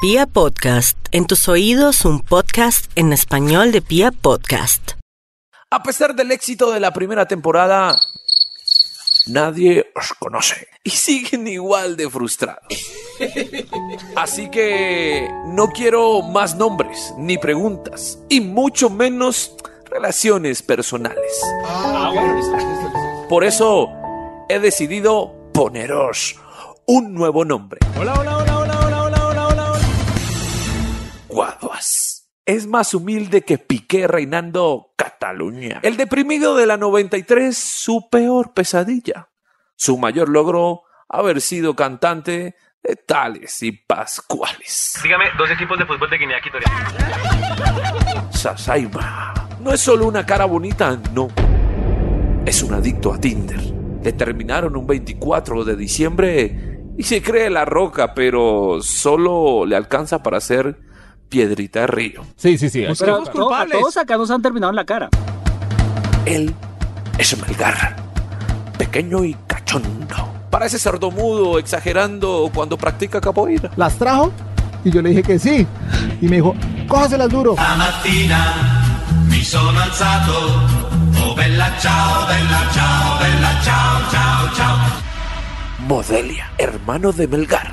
Pia Podcast, en tus oídos un podcast en español de Pia Podcast. A pesar del éxito de la primera temporada, nadie os conoce y siguen igual de frustrados. Así que no quiero más nombres, ni preguntas, y mucho menos relaciones personales. Por eso he decidido poneros un nuevo nombre. Guaduas. Es más humilde que Piqué reinando Cataluña. El deprimido de la 93, su peor pesadilla. Su mayor logro, haber sido cantante de Tales y Pascuales. Dígame, dos equipos de fútbol de Guinea Ecuatorial. Sasaima. No es solo una cara bonita, no. Es un adicto a Tinder. Le terminaron un 24 de diciembre y se cree la roca, pero solo le alcanza para hacer piedrita de río. Sí, sí, sí. Pero a to- a todos acá nos han terminado en la cara. Él es Melgar, pequeño y cachondo. Parece sordomudo, exagerando cuando practica capoeira. las trajo y yo le dije que sí. Y me dijo, cójaselas duro. La mattina mi sono alzato, oh bella ciao, bella ciao, bella ciao, ciao, ciao. Modelia, hermano de Melgar.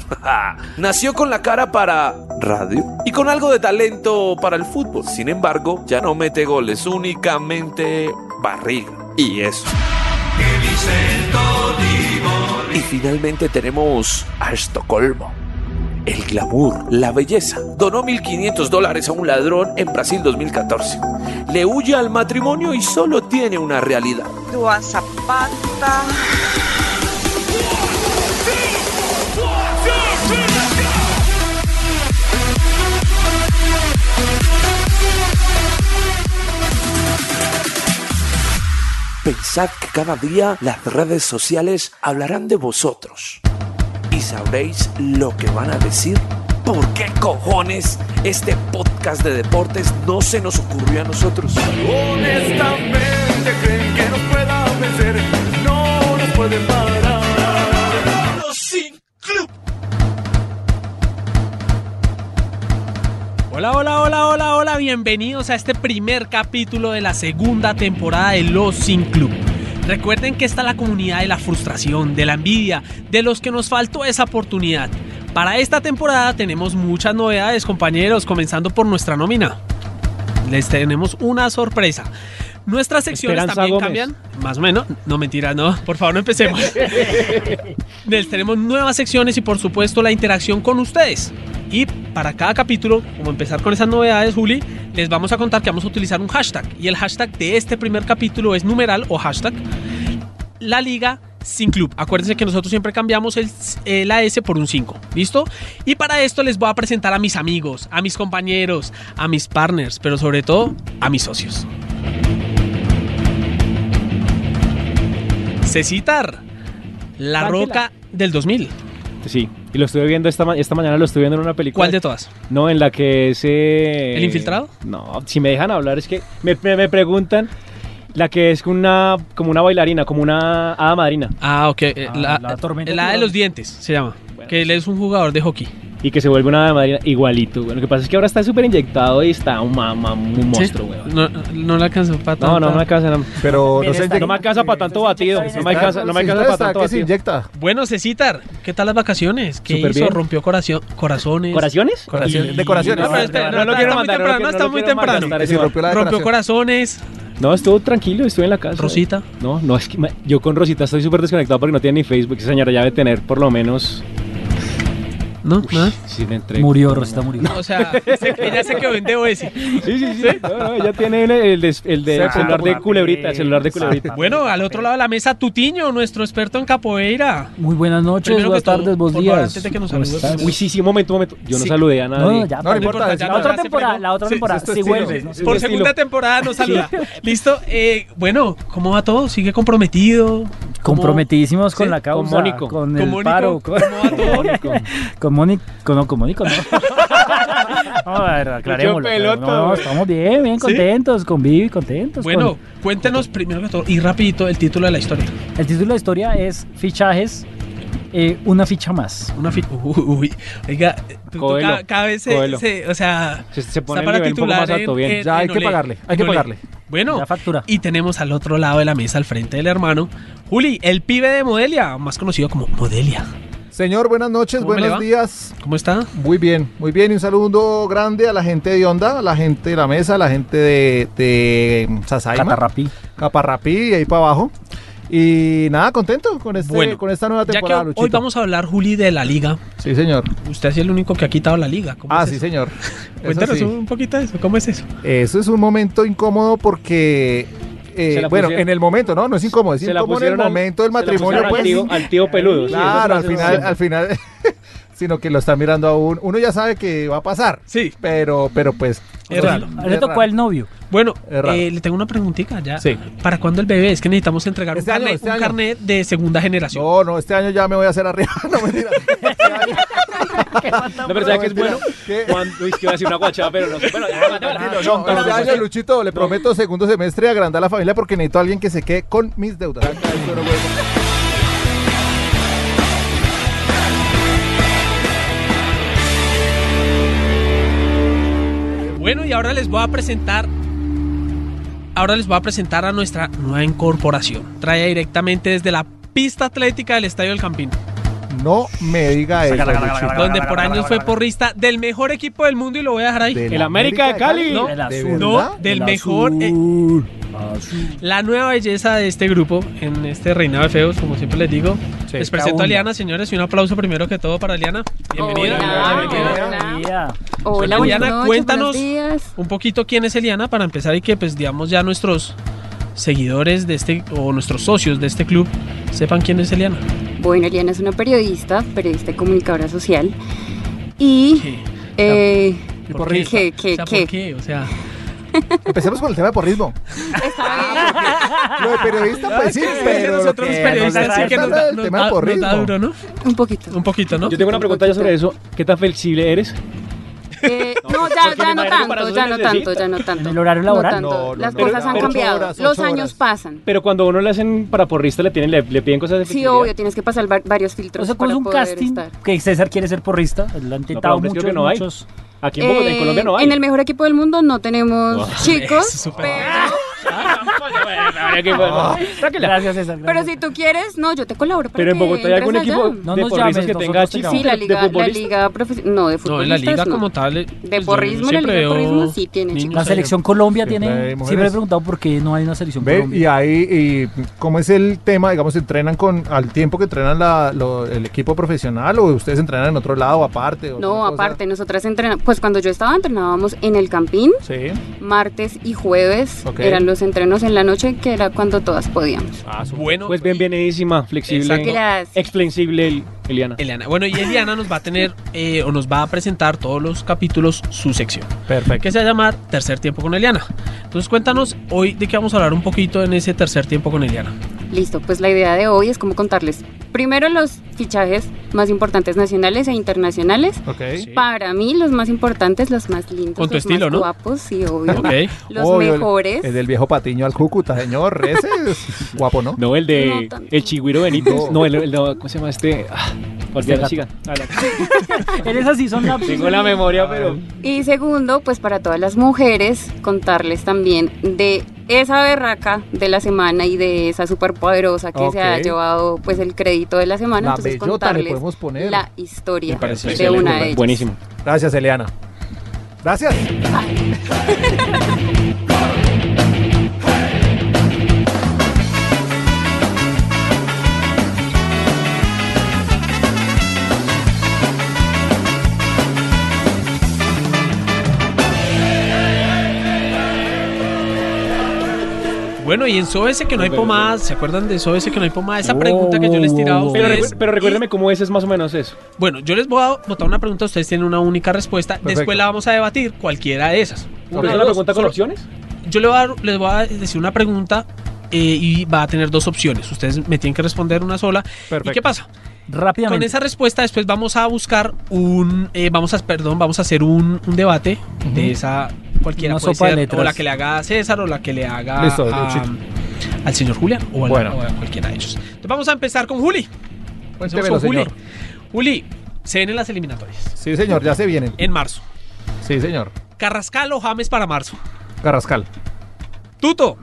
Nació con la cara para radio y con algo de talento para el fútbol. Sin embargo, ya no mete goles, únicamente barriga. Y eso. Y finalmente tenemos a Estocolmo. El glamour, la belleza. Donó 1.500 dólares a un ladrón en Brasil 2014. Le huye al matrimonio y solo tiene una realidad. Dua Zapata. Pensad que cada día las redes sociales hablarán de vosotros y sabréis lo que van a decir. ¿Por qué cojones este podcast de deportes no se nos ocurrió a nosotros? Hola, hola, hola, hola, hola, bienvenidos a este primer capítulo de la segunda temporada de Los Sin Club. Recuerden que está la comunidad de la frustración, de la envidia, de los que nos faltó esa oportunidad. Para esta temporada tenemos muchas novedades, compañeros, comenzando por nuestra nómina. Les tenemos una sorpresa. Nuestras secciones Esperanza también Gómez. cambian, más o menos. No, mentira, no. Por favor, no empecemos. Les tenemos nuevas secciones y, por supuesto, la interacción con ustedes. Y para cada capítulo, como empezar con esas novedades, Juli, les vamos a contar que vamos a utilizar un hashtag. Y el hashtag de este primer capítulo es numeral o hashtag la liga sin club. Acuérdense que nosotros siempre cambiamos el, eh, la S por un 5. ¿Listo? Y para esto les voy a presentar a mis amigos, a mis compañeros, a mis partners, pero sobre todo a mis socios. Cecitar, la Tranquila. roca del 2000. Sí. Y lo estuve viendo esta, ma- esta mañana, lo estuve viendo en una película. ¿Cuál de todas? No, en la que es... eh, ¿El infiltrado? No, si me dejan hablar es que me, me- me preguntan la que es una como una bailarina, como una hada madrina. Ah, ok. eh, Ah, la, la tormenta eh, la de tiburón. los dientes se llama. Bueno, que él es un jugador de hockey. Y que se vuelve una hada madrina igualito, güey. Lo que pasa es que ahora está súper inyectado y está un, mamá, un monstruo, güey. No, no le alcanzó para No, no, no me alcanza. No, Pero no se no me alcanza para tanto batido. No me alcanza, no me alcanza para tanto que se batido. inyecta. Bueno, Cecitar, ¿qué tal las vacaciones? ¿Qué Súper hizo? bien. ¿Rompió corazón, corazones? ¿Coraciones? Coraciones. Decoraciones. No, pero espera, no, está- está muy temprano, quiero- está lo muy quiero temprano. malgastar Que ese se man. rompió la Rompió decoración. corazones. No, estuvo tranquilo, estuve en la casa. Rosita. No, no, es que ma- yo con Rosita estoy súper desconectado porque no tiene ni Facebook. Esa señora ya debe tener por lo menos. ¿No? ¿Nada? Sí, le entrego. Murió, Rosita murió. O sea, se- ella se quedó en DOS. Sí, sí, sí. No, no, ella tiene el, el des- el de- el Exacto. celular de culebrita. El celular de culebrita. Bueno, al otro lado de la mesa, Tutiño, nuestro experto en capoeira. Muy buenas noches, Primero buenas que todo, tardes, buenos por favor, días. antes de que nos pues, ¿Cómo saludes, estás? Uy, sí, sí, un momento, un momento. Yo no Sí. saludé a No, nadie. no, ya, No le pero- importa. ya La otra se temporada, frenó. la otra Sí, temporada, sí, sí, si sí, vuelves. sí, ¿no? sí, Por Su estilo. segunda temporada nos saluda. Listo. eh, bueno, ¿cómo va todo? ¿Sigue comprometido? ¿Cómo- Comprometidísimos con Sí, la causa, con Mónico. con ¿Con el Mónico? paro, con, ¿Cómo va todo? con Mónico, no, con Mónico, no. no a ver, aclarémoslo. pero pelota, No, güey. estamos bien, bien contentos, con Vivi, contentos. Bueno, cuéntenos primero que todo y rapidito el título de la historia. con- el título de la historia es Fichajes eh, una ficha más. Una fi- Uy, oiga, tú- tú Coelho, cada, cada vez se, Coelho. se- o sea, Se- se pone está el para nivel un poco Este titular más alto, en- bien. en- E. Ya hay en que Olé, pagarle, hay en que Olé. pagarle. Bueno, La factura. y tenemos al otro lado de la mesa, al frente del hermano, Juli, el pibe de Modelia, más conocido como Modelia. Señor, buenas noches, ¿Cómo le buenos va? días. ¿Cómo está? Muy bien, muy bien. Y un saludo grande a la gente de Onda, a la gente de la mesa, a la gente de, de em, Sasaima, Catarrapí. Caparrapí y ahí para abajo. Y nada, contento con, este, Bueno, con esta nueva Ya que temporada, hoy Luchito. vamos a hablar, Juli, de la liga. Sí, señor. Usted es el único que ha quitado la liga. ¿Cómo Ah, es sí, eso? señor. Eso, Cuéntanos sí. un poquito de eso. ¿Cómo es eso? Eso es un momento incómodo porque... eh, Se la bueno, pusieron- en el momento, no, no es incómodo, es Se la incómodo en el pusieron al- momento del se la matrimonio, pusieron pues. Al tío, al tío peludo. sí, Claro, al eso pasa final, al final, sino que lo está mirando a uno. Uno ya sabe que va a pasar, Sí. pero, pero pues. Es raro. Le tocó al novio. Bueno, Es raro. eh, le tengo una preguntita ya. Sí. ¿Para cuándo el bebé? Es que necesitamos entregar Este un, año, carnet, este un año. carnet de segunda generación. No, no, este año ya me voy a hacer arriba. No, mentira. Este año- No, pero ¿sabes qué es bueno? ¿Qué? Cuando es que iba a decir una guachada, pero no sé. Bueno, ya, ya, ya, ya. No, no, este año, Luchito, le prometo segundo semestre agrandar la familia porque necesito a alguien que se quede con mis deudas. Bueno, y ahora les voy a presentar. Ahora les voy a presentar a nuestra nueva incorporación. Trae directamente desde la pista atlética del Estadio del Campín, No me diga eso. Luchito. donde por años fue porrista del mejor equipo del mundo y lo voy a dejar ahí. ¿Del El América de Cali. No, ¿De del No, verdad? del El mejor. eh, azul, azul. la nueva belleza de este grupo en este reinado de feos, como siempre les digo. Sí, les presento cada a uno. Liana, señores, y un aplauso primero que todo para Liana. Bienvenida. Hola. Bienvenida. Ah. Ya. Hola, buenas Juliana, noches, cuéntanos. buenos días. un poquito quién es Eliana para empezar y que pues digamos ya nuestros seguidores de este o nuestros socios de este club sepan quién es Eliana. Bueno, Eliana es una periodista, periodista y comunicadora social. Y. eh, ¿Por porrista. qué? ¿Qué, qué, O sea, qué? ¿por qué? O sea, Empecemos con el tema de porrismo. está Lo de periodista, pues sí, pero. lo nosotros los que- periodistas nos sí que nos trata da, del nos tema da- de nos da porrismo. duro, ¿no? bien. Un poquito. Un poquito, ¿no? Yo tengo una pregunta ya sobre eso. ¿Qué tan flexible eres? Eh, no, ya, porque ya me no imagino para tanto, eso ya se no necesita. tanto, ya no tanto. ¿En el horario laboral? No tanto. No, no, Las no. cosas Pero- han ocho cambiado. horas, ocho Los años horas. pasan. Pero cuando a uno le hacen para porrista, le, tienen, le, le piden cosas de Sí, flexibilidad. obvio, tienes que pasar va- varios filtros. O sea, ¿cuál es para un poder casting estar. que César quiere ser porrista? Lo han pero tentado hombre, creo muchos, que no hay. muchos. Aquí en Bogotá, en Eh, Colombia no hay. en el mejor equipo del mundo no tenemos es chicos, súper- pero, Ah, Ah. Gracias, César. pero gracias. si tú quieres, no, yo te colaboro. para Pero en que Bogotá hay algún entres equipo allá. No de nos porristas llames, que tenga nosotros te chicos Sí, la llamamos. de, de liga, la futbolistas. liga profesional, no, de No, futbolistas, en la liga no. como tal. pues, De porrismo, la liga de porrismo sí tiene chicos. La selección Colombia Siempre hay tiene. mujeres. Siempre he preguntado por qué no hay una selección Ve, Colombia. y ahí, y ¿cómo es el tema? Digamos, ¿entrenan con al tiempo que entrenan la- lo- el equipo profesional o ustedes entrenan en otro lado aparte? No, otra cosa? aparte, nosotras entrenamos, pues cuando yo estaba entrenábamos en el campín, Sí. martes y jueves, Ok. eran los entrenos en la noche, que era cuando todas podíamos. Bueno, Pues bien, bienvenidísima, flexible. Exacto. Gracias. Explensible, el- Eliana. Eliana. Bueno, y Eliana nos va a tener eh, o nos va a presentar todos los capítulos su sección. Perfecto. que se va a llamar Tercer Tiempo con Eliana. Entonces cuéntanos hoy de qué vamos a hablar un poquito en ese Tercer Tiempo con Eliana. Listo, pues la idea de hoy es como contarles primero los fichajes más importantes nacionales e internacionales. Ok. Para mí los más importantes, los más lindos, Con tu los estilo, más ¿no? guapos, sí, obvio. Ok. Los Obvio, el- mejores. El del viejo Patiño al Cúcuta, señor. Ese es guapo, ¿no? No, el de. No tanto. el Chigüiro Benítez. No. No, el, el- no, ¿Cómo se llama este? Ah, olvídalo, gato. sigan. Ah, Adelante. En esas sí son lapsus. Tengo la memoria, Ah, pero. Y segundo, pues para todas las mujeres, contarles también de esa berraca de la semana y de esa superpoderosa que se ha Ok. llevado pues el crédito de la La semana. Entonces bellota le contarles podemos poner. la historia parece de excelente, una de ellas. Buenísimo. Gracias, Eliana. Gracias. Bueno, y en SOS que no hay pomada, ¿se acuerdan de SOS que no hay pomada? Esa pregunta que yo les tiraba a Oh, Pero, ustedes. recu- pero recuérdame cómo ese es más o menos eso. Bueno, yo les voy a botar una pregunta, ustedes tienen una única respuesta, Perfecto. después la vamos a debatir, cualquiera de esas. ¿Pero Una, ¿Es una dos, pregunta con solo- opciones? Yo le voy a dar- les voy a decir una pregunta eh, y va a tener dos opciones, ustedes me tienen que responder una sola. ¿Y qué pasa? Con Rápidamente. esa respuesta después vamos a buscar un, eh, vamos a, perdón, vamos a hacer un, un debate de esa cualquiera Una puede sopa de ser, o letras. la que le haga a César o la que le haga Listo, a- Luchito. al señor Julián o, a la- Bueno. o a cualquiera de ellos. Entonces vamos a empezar con Juli. Cuéntemelo, Empecemos con Juli. señor. Juli, se vienen las eliminatorias. Sí, señor, ya se vienen. En marzo. Sí, señor. Carrascal o James para marzo. Carrascal. Tuto.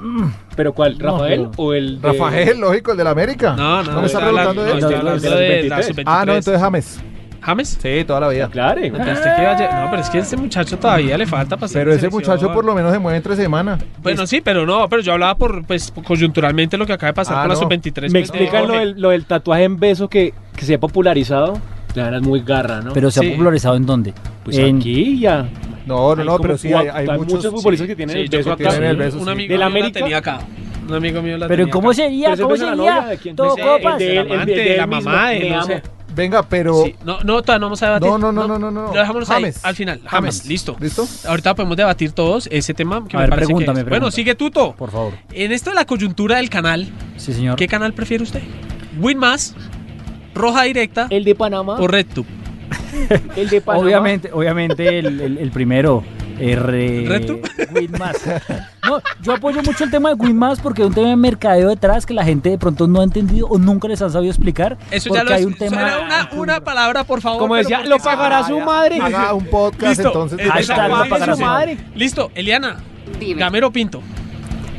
¿Pero cuál? ¿Rafael pero- o el de- Rafael, lógico, el de la América. No, no, Ah, me está está hablando- preguntando de no, él? está de- de hablando las de 23. las Ah, no, 23. entonces James. ¿James? Sí, toda la vida. Claro. eh, Pensaste que iba a lle- No, pero es que ese muchacho todavía le falta para ser Pero ese selección. muchacho por lo menos se mueve entre semana. Bueno, sí, pero no, pero yo hablaba por, pues, coyunturalmente lo que acaba de pasar Ah, con la no. sub-23. ¿Me pues, explican Jorge. lo del, lo del tatuaje en beso que, que se ha popularizado? Claro, es muy garra, ¿no? Pero se Sí. ha popularizado en dónde? pues en- aquí ya. No, no, Hay no, como pero sí, hay, cuatro- hay muchos. futbolistas que tienen Sí, el yo beso creo que acá. tienen el beso, Un sí. amigo ¿Del mío la América? tenía acá. Un amigo mío la Pero tenía ¿cómo acá. sería? Pero ¿Cómo ese beso de la novia, sería? ¿de quién? Todo Pues, eh, el copas. de él, el de- amante, de la él mismo, mamá de me él, no amo. sé. Venga, pero. Sí, No, no, todavía no vamos a debatir. No, no, no, no, no, no. Lo dejamos ahí, James. al final. James, James. listo. ¿Listo? Ahorita podemos debatir todos ese tema que A me ver, parece que pregúntame, es. Bueno, pregúntame. sigue Tuto. Por favor. En esto de la coyuntura del canal, Sí, señor. ¿qué canal prefiere usted? ¿Win más? ¿Roja directa? El de Panamá, ¿O RedTube? el de Panamá. Obviamente, obviamente el, el- el primero. R... ¿Reto? Winmas. No, yo apoyo mucho el tema de Winmas porque es un tema de mercadeo detrás que la gente de pronto no ha entendido o nunca les han sabido explicar. Eso porque ya lo hay es. un tema. Era una, una palabra, por favor. Como pero decía, porque lo sí. pagará su madre. Haga un podcast Listo. entonces. Eh, Hashtag esa lo guay, pagará su su madre. Listo, Eliana. Dime, Gamero Pinto.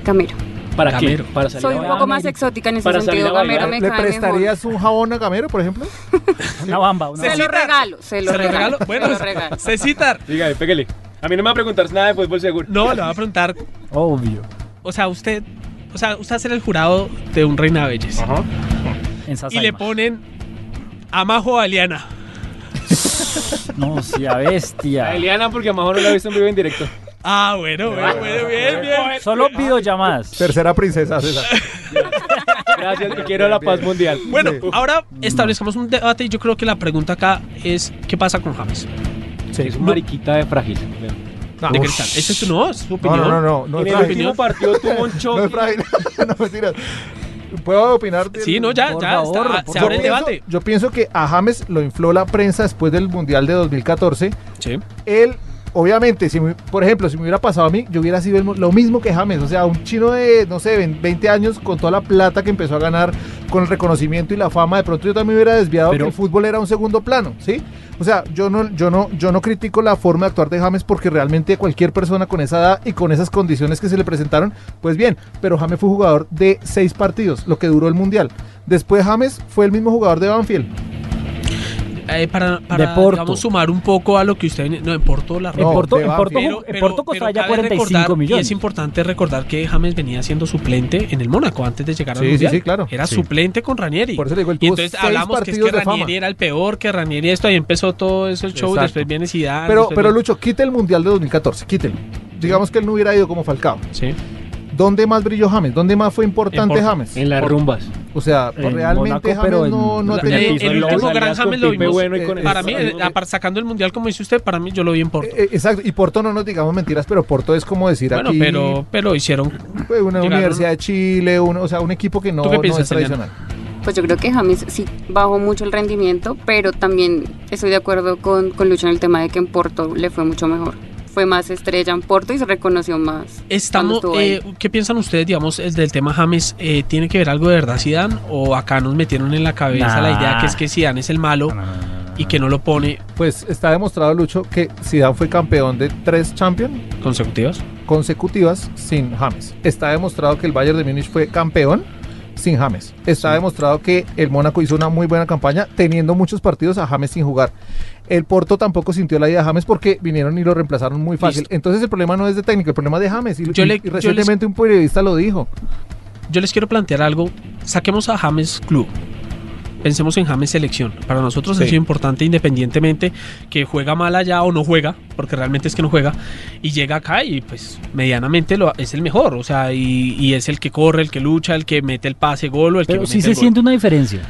Gamero. ¿Para Gamero. qué? Para salir Soy a un bailar. poco más exótica en ese Para salir sentido. a bailar. Gamero me ¿Le cae mejor. prestarías un jabón a Gamero, por ejemplo? Una bamba. Una Se bamba. lo Cecitar. regalo, se lo ¿Se lo regalo? regalo. Bueno, se lo regalo. Cecitar. Dígame, pégale. A mí no me va a preguntar nada de fútbol seguro. No, le va a preguntar. Obvio. O sea, usted. O sea, usted va a ser el jurado de un Reina Belles. Ajá. En Y Sasaima. le ponen. Amajo a Eliana. No, sí, a bestia. A Eliana, porque a Majo no la he visto en vivo en directo. Ah, bueno, bueno, bueno, bien, bien. Solo videollamadas. Tercera princesa, César. Gracias, y quiero la paz mundial. Bueno, Sí. ahora establezcamos un debate y yo creo que la pregunta acá es ¿qué pasa con James? es una mariquita de frágil. No, De cristal. Ese es tu no, es su Ah, no, opinión. no, no, no en es el frágil. último partido tuvo un No es choque. frágil. No, mentiras. ¿Puedo opinar? del- Sí, no, ya, Por ya favor, está, por se abre el pienso- debate. yo pienso que a James lo infló la prensa después del Mundial de 2014. Sí. Él, obviamente, si me- por ejemplo, si me hubiera pasado a mí, yo hubiera sido el mo- lo mismo que James. O sea, un chino de, no sé, 20 años con toda la plata que empezó a ganar, con el reconocimiento y la fama. De pronto yo también hubiera desviado Pero- que el fútbol era un segundo plano, ¿sí? O sea, yo no, yo, no, yo no critico la forma de actuar de James porque realmente cualquier persona con esa edad y con esas condiciones que se le presentaron, pues bien, pero James fue jugador de seis partidos, lo que duró el Mundial. Después James fue el mismo jugador de Banfield. Eh, para para De Porto. digamos, sumar un poco a lo que usted viene- no en Porto la En No, Porto, de en Banfield. Porto, Pero- en pero- Porto costaba pero ya cabe 45 recordar, Y millones. es importante recordar que James venía siendo suplente en el Mónaco antes de llegar al Sí, sí, Mundial. sí, claro. Era Sí. suplente con Ranieri. Por eso le digo, él y tuvo entonces seis hablamos que es que partidos de fama. Ranieri era el peor, que Ranieri esto, ahí empezó todo eso el show, Exacto. después viene Zidane. Pero, después pero viene- Lucho, quite el Mundial de 2014, quítelo. Digamos que él no hubiera ido como Falcao. Sí. ¿Dónde más brilló James? ¿Dónde más fue importante En por- James? En las rumbas. O sea, en Mónaco, realmente pero James no, en- no ha La- tenido... eh, el último Salidas gran con James lo Pipe vimos. Bueno y con Eh, Para mí, Exacto. eh, apar- sacando el mundial como dice usted, para mí yo lo vi en Porto. Eh, Exacto, y Porto no nos digamos mentiras, pero Porto es como decir bueno, aquí pero, pero hicieron. pues, una llegaron- Universidad de Chile, un- o sea, un equipo que no, ¿Tú qué no piensas, es tradicional. Pues yo creo que James sí bajó mucho el rendimiento, pero también estoy de acuerdo con, con Lucho en el tema de que en Porto le fue mucho mejor. Fue más estrella en Porto y se reconoció más. cuando Estamos, estuvo ahí. eh, ¿Qué piensan ustedes, digamos, es del tema James? Eh, ¿Tiene que ver algo de verdad Zidane? ¿O acá nos metieron en la cabeza la Nah. idea que es que Zidane es el malo y que no lo pone Pues está demostrado, Lucho, que Zidane fue campeón de tres Champions consecutivas? consecutivas sin James. Está demostrado que el Bayern de Múnich fue campeón sin James. Está demostrado que el Mónaco hizo una muy buena campaña teniendo muchos partidos a James sin jugar. El Porto tampoco sintió la idea de James porque vinieron y lo reemplazaron muy fácil. Listo. Entonces el problema no es de técnico, el problema es de James. Y, Yo le- y- y yo les- recientemente un periodista lo dijo. Yo les quiero plantear algo. Saquemos a James Club. Pensemos en James Selección. Para nosotros Sí. es importante, independientemente que juega mal allá o no juega, porque realmente es que no juega, y llega acá y pues medianamente lo, es el mejor. O sea, y, y es el que corre, el que lucha, el que mete el pase gol o el que Pero mete sí el se gol. siente una diferencia.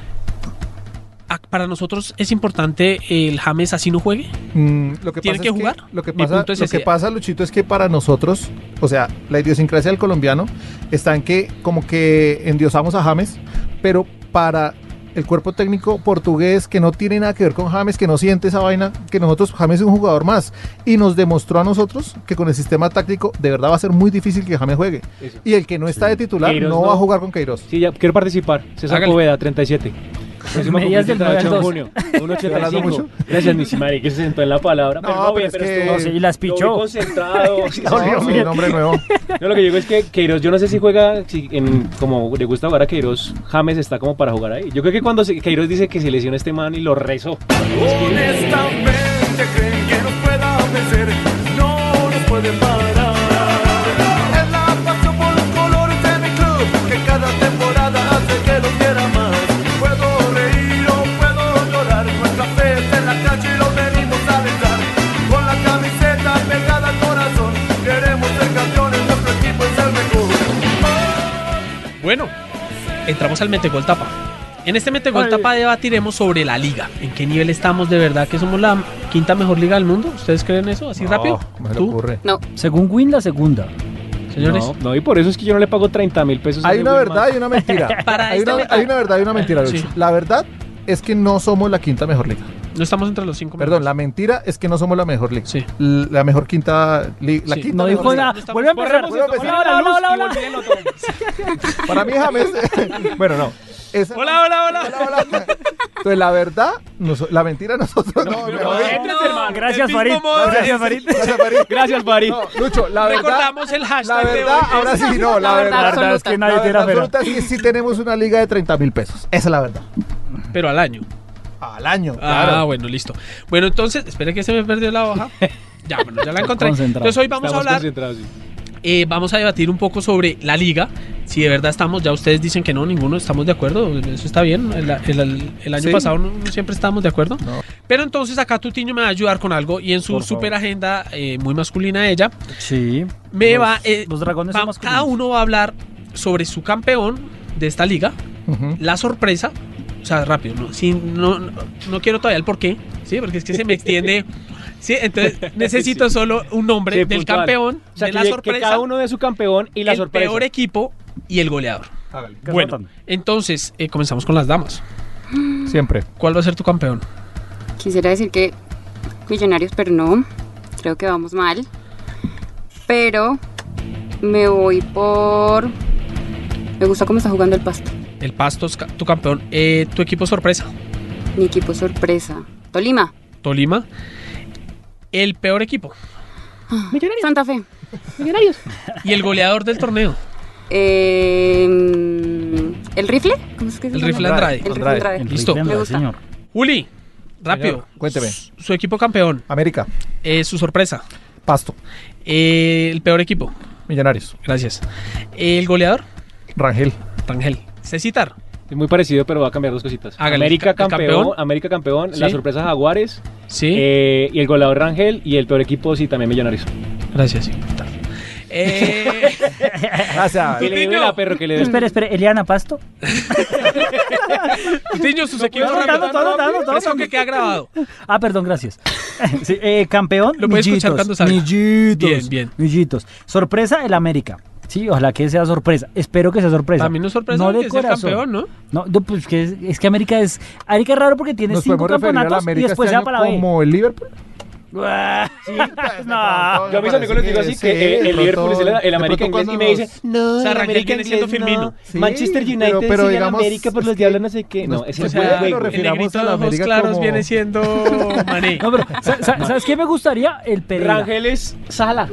Ah, Para nosotros es importante el James así no juegue. Mm, lo que ¿Tiene pasa que es jugar? lo que Mi pasa, punto es lo ese. que pasa, Luchito, es que para nosotros, o sea, la idiosincrasia del colombiano está en que como que endiosamos a James, pero para el cuerpo técnico portugués que no tiene nada que ver con James, que no siente esa vaina, que nosotros James es un jugador más y nos demostró a nosotros que con el sistema táctico de verdad va a ser muy difícil que James juegue. Eso. Y el que no está de titular Queiroz no, no. va a jugar con Queiroz. Sí, ya quiero participar. César Hágale. Poveda, 37. Próxima Medias del conquista, 9 al 8 de 12. junio. ¿Estoy hablando 1.85. mucho? Gracias, mi Simari, que se sentó en la palabra. No, no, pero bien, es que- estuvo- No, sí, Y las lo vi pichó. concentrado. Sí, No, señor. soy un hombre nuevo. No, lo que digo es que Queiroz, yo no sé si juega, si en- como le gusta jugar a Queiroz, James está como para jugar ahí. Yo creo que cuando se- Queiroz dice que se lesiona este man y lo rezó. Honestamente creen que nos pueda vencer, no nos pueden parar. Es la pasión por los colores de mi club, que cada temporada hace que los quiera más. Puedo reír o puedo llorar, nuestra fe está en la calle y lo venimos a alentar. Con la camiseta pegada al corazón, queremos ser campeones, nuestro equipo es el mejor. Bueno, entramos al Metegol Tapa. En este Metegol Ay. Tapa debatiremos sobre la liga. ¿En qué nivel estamos de verdad? ¿Que somos la quinta mejor liga del mundo? ¿Ustedes creen eso? ¿Así No, rápido? me le ¿Tú, ocurre. No, Según Win, la segunda. señores? No, no, y por eso es que yo no le pago 30 mil pesos. a Hay ese una Wilmar. verdad y una mentira. Para hay, este una, meta- hay una verdad y una mentira, Lucho. Sí. La verdad es que no somos la quinta mejor liga. No estamos entre los cinco Perdón, la mejores. mentira es que no somos la mejor liga. Sí. L- La mejor quinta liga. La Sí. quinta No mejor dijo liga. nada. Estamos- Vuelve a empezar. borremos esto. Hola, hola, hola, hola, hola. Para mí, James. bueno, no. Esa- Hola, hola, hola. Hola, hola. Entonces, la verdad, nos- la mentira nosotros. No, me voy. Entres, hermano. Gracias, Del Farid. mismo modo, Gracias, Farid. Gracias, Mari. Gracias, Farid. No, Lucho, la verdad. Recordamos el hashtag La de verdad, hoy. ahora sí, no, la La verdad, La verdad. verdad es que absoluta. nadie La tiene verdad la pena. absoluta es que sí tenemos una liga de 30 mil pesos. Esa es la verdad. Pero al año. Al año. Ah, claro. bueno, listo. Bueno, entonces, espera que se me perdió la hoja. Ya, bueno, ya la encontré. Concentrado. Entonces hoy vamos Estamos a hablar concentrados, sí. Eh, vamos a debatir un poco sobre la liga. Si de verdad estamos, ya ustedes dicen que no, ninguno estamos de acuerdo. Eso está bien. El, el- el año Sí. pasado no, no siempre estábamos de acuerdo. No. Pero entonces acá Tutiño me va a ayudar con algo. Y en su Por favor. super agenda, eh, muy masculina ella, Sí. me Los- va, eh, Los dragones va- son masculinos. Cada uno va a hablar sobre su campeón de esta liga, Ujú. la sorpresa. O sea, rápido, no, Sin- no, no, no quiero todavía el porqué, ¿sí? Porque es que se me extiende. Sí, entonces necesito solo un nombre Sí, del puntual. campeón, O sea, de que, la que sorpresa cada uno de su campeón y la el sorpresa. peor equipo y el goleador. ¿Qué Bueno, votan? entonces eh, comenzamos con las damas. Siempre. ¿Cuál va a ser tu campeón? quisiera decir que millonarios, pero no. Creo que vamos mal. Pero me voy por. Me gusta cómo está jugando el pasto. El Pasto es ca- tu campeón. Eh, tu equipo sorpresa, Mi equipo sorpresa. Tolima. Tolima. El peor equipo Santa Fe. y el goleador del torneo, Eh, mm, ¿El rifle? ¿Cómo es que se el llama? Rifle Andrade. El rifle Andrade. Andrade. El Listo. Rifle Me Andrade, gusta. señor. Juli, rápido. Señor, cuénteme. Su, su equipo campeón, América. eh, su sorpresa, Pasto. eh, el peor equipo. Millonarios. Gracias. El goleador, Rangel. Rangel. Cecitar, Es muy parecido, pero va a cambiar dos cositas. Hágale, América el ca- el campeón, campeón. América campeón, Sí. la sorpresa Jaguares sí. eh, y el goleador Rangel y el peor equipo sí también Millonarios. Gracias. Eh, Gracias. Que le debe Tutiño. la perro que le debe. Espere, espere. Eliana Pasto. Tutiño, sus equipos puedo, rápido. no, no, no, no, no. Eso que queda grabado. Ah, perdón, gracias. Sí, eh, campeón, Lo puede escuchar Millitos, cuando salga. Millitos, Bien, bien. Millitos. Sorpresa, el América. Sí, ojalá que sea sorpresa. Espero que sea sorpresa. También es sorpresa No porque de es el corazón. campeón, ¿no? No, no, pues que es, es que América es. América es raro porque tiene Nos cinco podemos referir a la campeonatos y América después este se va año para la B. pues, como el Liverpool. Buah. pues, No. Yo a mis amigos les digo así que eh, el Liverpool es el, el América inglés y me dicen, no, O sea, el Rangel América viene siendo inglés no. Firmino. Sí, Manchester pero- United pero, pero digamos, América por es los que diablos no sé qué. No, nos- ese o es sea, el que lo juego. el refiramos negrito a la de ojos América claros como- viene siendo Mané. No, pero pues, sa- sa- ¿sabes qué me gustaría? El Pereira. Rangel es Sala.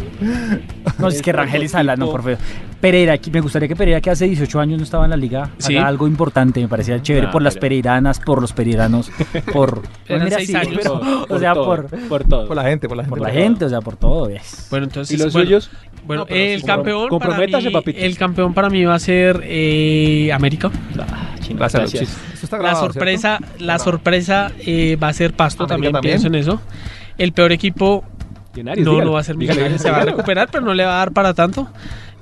No, es que Rangel y Sala, no, por favor. Pereira, aquí- me gustaría que Pereira, que hace 18 años no estaba en la liga, Sí. haga algo importante, me parecía chévere, Nah, por las pero- pereiranas, por los pereiranos, por... Eran seis años. pero- o Por sea, todo, por, por todo. Por la gente, por la gente. por la gente, o sea, por todo. es. Bueno, entonces. ¿Y los bueno, suyos? Bueno, No, pero el sí, campeón. para comprométase, mí, papito. El campeón para mí va a ser eh, América. Ah, chino, Gracias, gracias. Luchis. Eso está La grabado, sorpresa, ¿cierto? la sorpresa eh, va a ser Pasto América también, también. pienso en eso. El peor equipo Millonarios, no dígalo. lo va a ser Dígalo, Millonarios, se va a dígalo. recuperar, pero no le va a dar para tanto.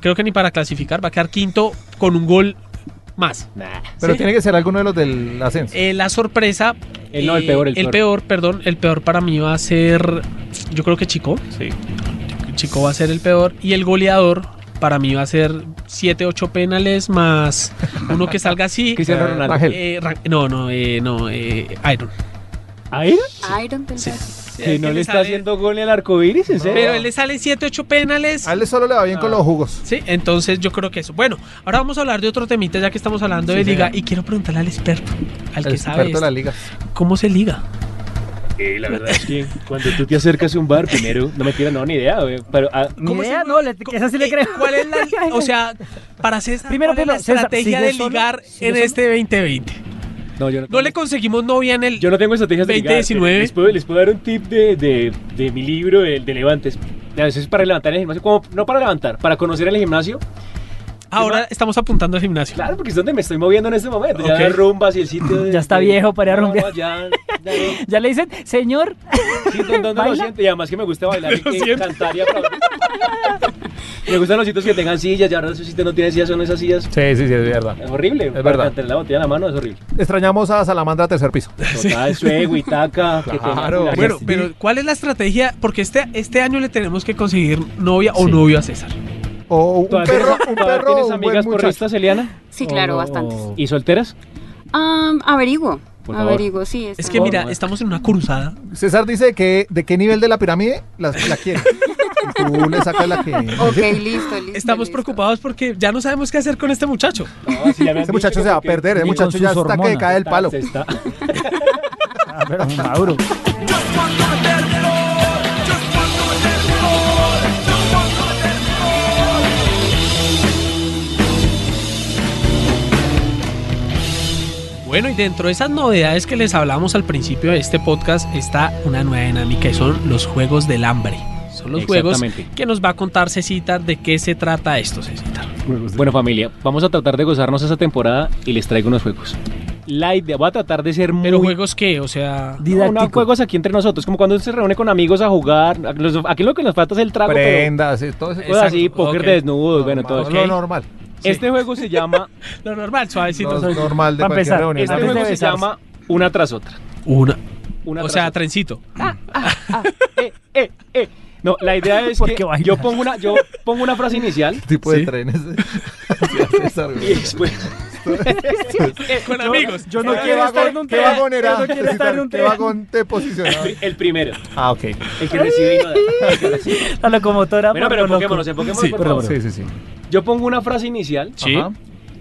Creo que ni para clasificar, va a quedar quinto con un gol más. Pero Sí. tiene que ser alguno de los del ascenso. Eh, la sorpresa. El no, el eh, peor, el el peor. perdón. El peor para mí va a ser. Yo creo que Chico. Sí. Chico va a ser el peor. Y el goleador para mí va a ser 7, 8 penales más uno que salga así. Cristiano Eh, Ronaldo. Rangel. Eh, Ra- no, no, eh, no. eh, Iron. ¿Ahí? Ah, Iron del Sí. Pasto. Que no que le le está sale- haciendo gol el arcoíris, en serio. Pero él le salen 7, 8 penales. A él solo le va bien con Ah. los jugos. Sí, entonces yo creo que eso. Bueno, ahora vamos a hablar de otro temita ya que estamos hablando Sí, de liga señor. y quiero preguntarle al experto, al El que sabe experto de la esto, liga. cómo se liga. la verdad es que cuando tú te acercas a un bar, primero, no me tira, no, ni idea, güey, pero ah, Ni ¿Cómo idea, se- no, le- esa sí le Eh, creo. ¿Cuál es la, o sea, para César, Primero, ¿cuál primero, es la César, estrategia ¿sigue de solo? ligar ¿Sigue en solo? este 2020? no, yo no, No le conseguimos novia en el yo no tengo estrategias de ligar. 2019. Les puedo, les puedo dar un tip de, de, de mi libro, de, de Levantes. A veces para levantar en el gimnasio, como, no para levantar, para conocer el gimnasio. Ahora estamos apuntando al gimnasio. Claro, porque es donde me estoy moviendo en este momento. Ya Ok. las rumbas y el sitio. de- Ya está de- viejo para ir a No, rumbear. no, ya, ya no. Ya le dicen, señor, Sí, don- don- don lo ¿Baila? siento. Y además que me gusta bailar y Lo que siento. cantar y aplaudir. Me gustan los sitios que tengan sillas. Y ahora esos sitios no tienen sillas, son esas sillas. Sí, sí, sí, es verdad. Es horrible. Para verdad. Tener la botella en la mano es horrible. Extrañamos a Salamandra tercer piso. Total, suego, itaca. que tenga Claro. filares. Bueno, Sí. pero ¿cuál es la estrategia? Porque este, este año le tenemos que conseguir novia o novio a César. O un ¿Todavía perro, tienes- un todavía perro, ¿Tienes un buen amigas muchacho. porristas, Eliana? Sí, claro, ¿O- bastantes. ¿Y solteras? Am, Um, averiguo, Por favor. averiguo, sí. este, Es está que Oh, bien. mira, estamos en una cruzada. César dice que de qué nivel de la pirámide la, la quiere. Y tú le sacas la que. Ok, listo, listo. Estamos listo. preocupados porque ya no sabemos qué hacer con este muchacho. No, sí, ya me han Ese dicho muchacho se va a porque- perder, Ni el muchacho con ya sus está que hormonas. cae el palo. Se está- Ah, pero Mauro. Bueno, y dentro de esas novedades que les hablamos al principio de este podcast está una nueva dinámica y son los juegos del hambre. Son los juegos Exactamente. que nos va a contar Cecitar de qué se trata esto, Cecitar. Bueno familia, vamos a tratar de gozarnos esa temporada y les traigo unos juegos. La idea, voy a tratar de ser muy... Pero juegos qué, o sea... No, no, Didáctico. juegos aquí entre nosotros, como cuando uno se reúne con amigos a jugar. los- Aquí lo que nos falta es el trago, pero Prendas, eh, todo ese cosas así, Exacto, póker ok. de desnudos, Pues, bueno, todo No, eso. Lo ok. normal. Este juego se llama, Lo normal, suavecito. Lo suavecito. normal de Para cualquier empezar, reunión. este Antes de juego se besarse. llama una tras otra. Una, Una o tras sea, otra. trencito. Eh, eh, eh. No, la idea es ¿Por que qué bailas? yo pongo una, yo pongo una frase inicial tipo Sí. de trenes. eh. César, y güey. después. Con amigos. Yo no ¿Qué quiero estar vagón- en un ¿Qué tren. vagón era? Yo no quiero estar en un ¿Qué tren. vagón te posicionaba? El primero, Ah, ok. el que recibe y no da. La locomotora. Bueno, pero por loco. enfoquémonos, enfoquémonos, Sí, por favor. Sí, sí, sí. Yo pongo una frase inicial. Sí, Ajá.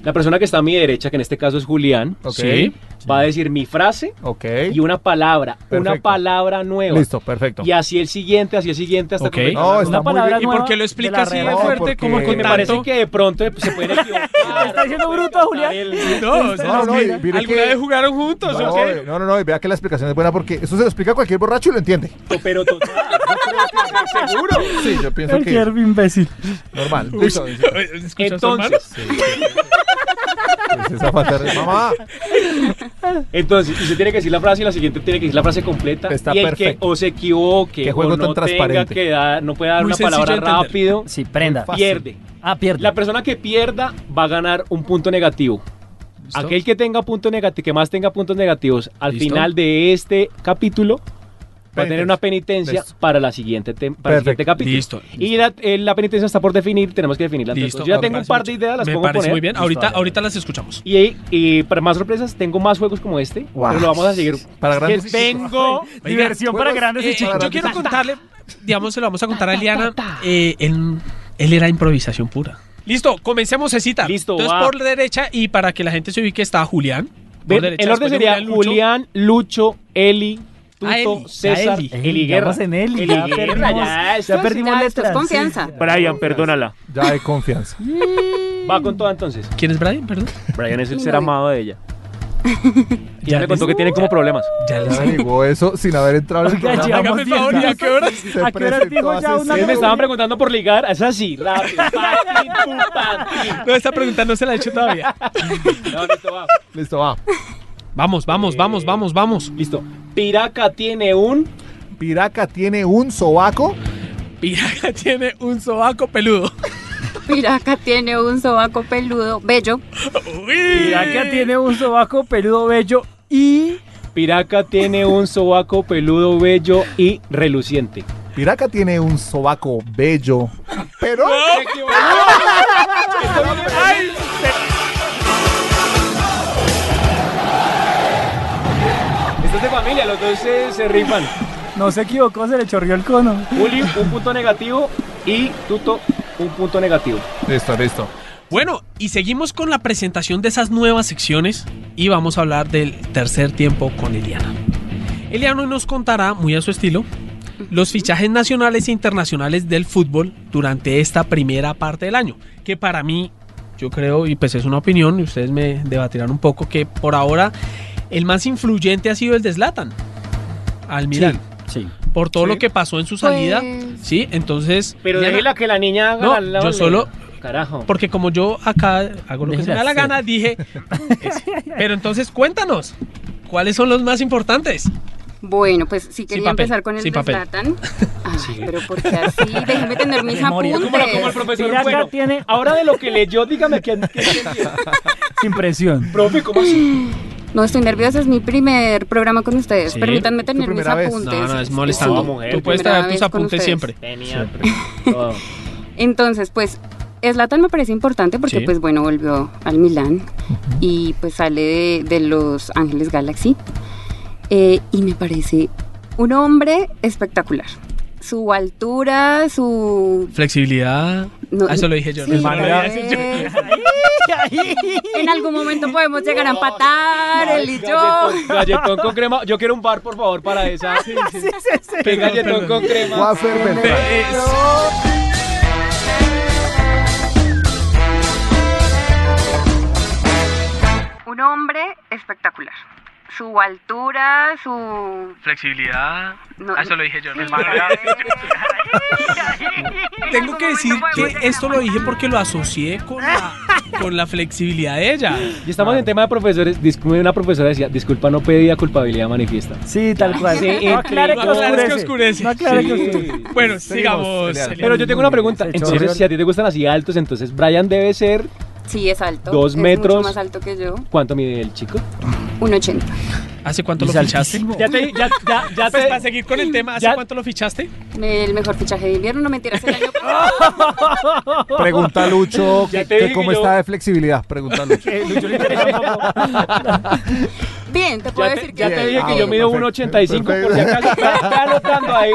La persona que está a mi derecha, que en este caso es Julián, Ok. sí. va a decir mi frase Ok. y una palabra, una Perfecto. palabra nueva. Listo, perfecto. Y así el siguiente, así el siguiente hasta Ok. completar No, la está Una muy palabra ¿Y bien. nueva por qué lo de explica la así de red. No, fuerte? como porque con Me tanto? parece que de pronto se pueden equivocar. está diciendo bruto a Julián. No, o sea, No, no, y es que mire alguna que- vez jugaron juntos, No, eh, ¿o qué? no, no, no, y vea que la explicación es buena porque eso se lo explica a cualquier borracho y lo entiende. Pero total. Seguro. Sí, yo pienso Ay, qué que imbécil. normal. Listo. Entonces, Pues esa falta de- Mamá, entonces, y se tiene que decir la frase y la siguiente tiene que decir la frase completa. Está y el perfecto. que o se equivoque Qué juego o no tan transparente. tenga que dar, no puede dar Muy una sencillo palabra de entender. rápido, Sí, prenda. Fácil. pierde. Ah, pierde. La persona que pierda va a ganar un punto negativo. Aquel que tenga punto negativo, que más tenga puntos negativos al ¿Listo? final de este capítulo va a tener Penitencia. una penitencia Listo. para la siguiente tem- para el siguiente Perfecto. capítulo. Listo. Y la, eh, la penitencia está por definir, tenemos que definirla. entre Listo. todos. pues, Yo ya Me tengo un parece par de mucho. ideas, las Me pongo a parece poner. muy bien. Ahorita, dale, ahorita las escuchamos. Y, y para más sorpresas, tengo más juegos como este, Guau. pero lo vamos a seguir. Para Que grandes y chicos. tengo Diversión para juegos, grandes Eh, y chicos. yo quiero contarle, digamos, se lo vamos a contar a Eliana. eh, él, él era improvisación pura. Listo, comencemos, Cecita. Listo, Entonces, va. por derecha, y para que la gente se ubique, está Julián. Ve- Por derecha, el orden después de sería Lucho. Julián, Lucho, Eli, Tuto, Ah, Eli, ya César, Eli. Eli, Eli, ya Guerra. vamos en Eli, Eli ya Guerra, perdimos- ya, esto Ya es- perdimos Pues, Ya, esto es letras. confianza. Brian, perdónala. Ya hay confianza. Va con todo entonces. ¿Quién es Brian? Perdón. Brian es el Mi ser novio. amado de ella. Y ya Ya le contó les- que tiene como problemas. Ya Ya les- averiguó eso sin haber entrado en el Oiga, programa. llevamos Hágame el favor, ¿y a qué horas? Se ¿A qué hora presentó dijo hace ya Ustedes una seis me estaban minutos. preguntando por ligar, es así, rápido. patín, pum, patín. No, esta pregunta no se la he hecho todavía. No, listo, va. Listo, va. Vamos, vamos, vamos, vamos, vamos. Listo. Piraca tiene un. Piraca tiene un sobaco. Piraca tiene un sobaco peludo. Piraca tiene un sobaco peludo, bello, Piraca tiene un sobaco peludo bello y Piraca tiene un sobaco peludo, bello y reluciente. Piraca tiene un sobaco bello. Pero. Esto es de familia, los dos se, se rifan. No se equivocó, se le chorrió el cono. Juli, un punto negativo y Tuto, un punto negativo. Listo, listo. Bueno, y seguimos con la presentación de esas nuevas secciones y vamos a hablar del tercer tiempo con Eliana. Eliana nos contará, muy a su estilo, los fichajes nacionales e internacionales del fútbol durante esta primera parte del año, que para mí, yo creo, y pues es una opinión, y ustedes me debatirán un poco, que por ahora el más influyente ha sido el de Zlatan, al Milan. Sí. Por todo Sí. lo que pasó en su salida, Pues- ¿sí? Entonces... Pero Eliana- déjela que la niña haga No, la- la- yo la- solo- Carajo. porque como yo acá hago lo que se me da la Déjala gana, dije. eso. Pero entonces cuéntanos, ¿cuáles son los más importantes? Bueno, pues si quería papel, empezar con el sin de papel. Zlatan. Ah, pero porque así, déjeme tener mis Memoria. apuntes. ¿Cómo la- cómo el profesor Mira, acá bueno. tiene Ahora de lo que leyó, dígame que entendió. sin presión. Profe, ¿cómo así? No estoy nerviosa, es mi primer programa con ustedes. Sí. Permítanme tener mis primera vez. apuntes. No, no, es molestando. molestando. Sí, mujer, Tú puedes primera traer tus vez con apuntes ustedes. siempre. Tenía todo. Entonces, pues, Zlatan me parece importante porque, Sí. pues, bueno, volvió al Milán y, pues, sale de, de Los Ángeles Galaxy. Eh, y me parece un hombre espectacular. Su altura, su... Flexibilidad. no- Ah, eso lo dije yo. Sí, no, manera- lo dije yo. eh, En algún momento podemos llegar a empatar, él y yo. Galletón- Galletón con crema. Yo quiero un bar, por favor, para esa. Pe- Galletón Perdón, con crema. Wafer Beltrán. Eh, Un hombre espectacular. Su altura, su... Flexibilidad. no- Ah, eso lo dije yo. no es Sí, malo. eh, Tengo que en algún decir momento podemos que llegar a esto lo dije porque lo asocié con la, con la flexibilidad de ella. Y estamos en tema de profesores. Disculpe, Una profesora decía, disculpa, no pedía culpabilidad manifiesta. Sí, tal cual. Eh, Sí, no aclara que No aclares que oscurece. oscurece. No aclara que Sí. oscurece. Bueno, sigamos. Eliana. Eliana. Pero yo tengo una pregunta. Se echó Entonces, Oriol. si a ti te gustan así altos, entonces Brian debe ser. Sí, es alto. Dos es mucho metros. más alto que yo. ¿Cuánto mide el chico? 1,80. ¿Hace cuánto Y lo fichaste? saltísimo. Ya te. Ya, ya, ya Pues te- para seguir con el tema, ¿hace Ya- cuánto lo fichaste? Me- El mejor fichaje de invierno, no mentiras, el año pasado. Pregunta a Lucho Ya que, te que dije cómo yo. está de flexibilidad. Pregunta a Lucho. Bien, te puedo Ya te, decir ya que... te dije Ah, que yo bueno, mido perfecto. 1.85 por si acaso. Está está anotando ahí.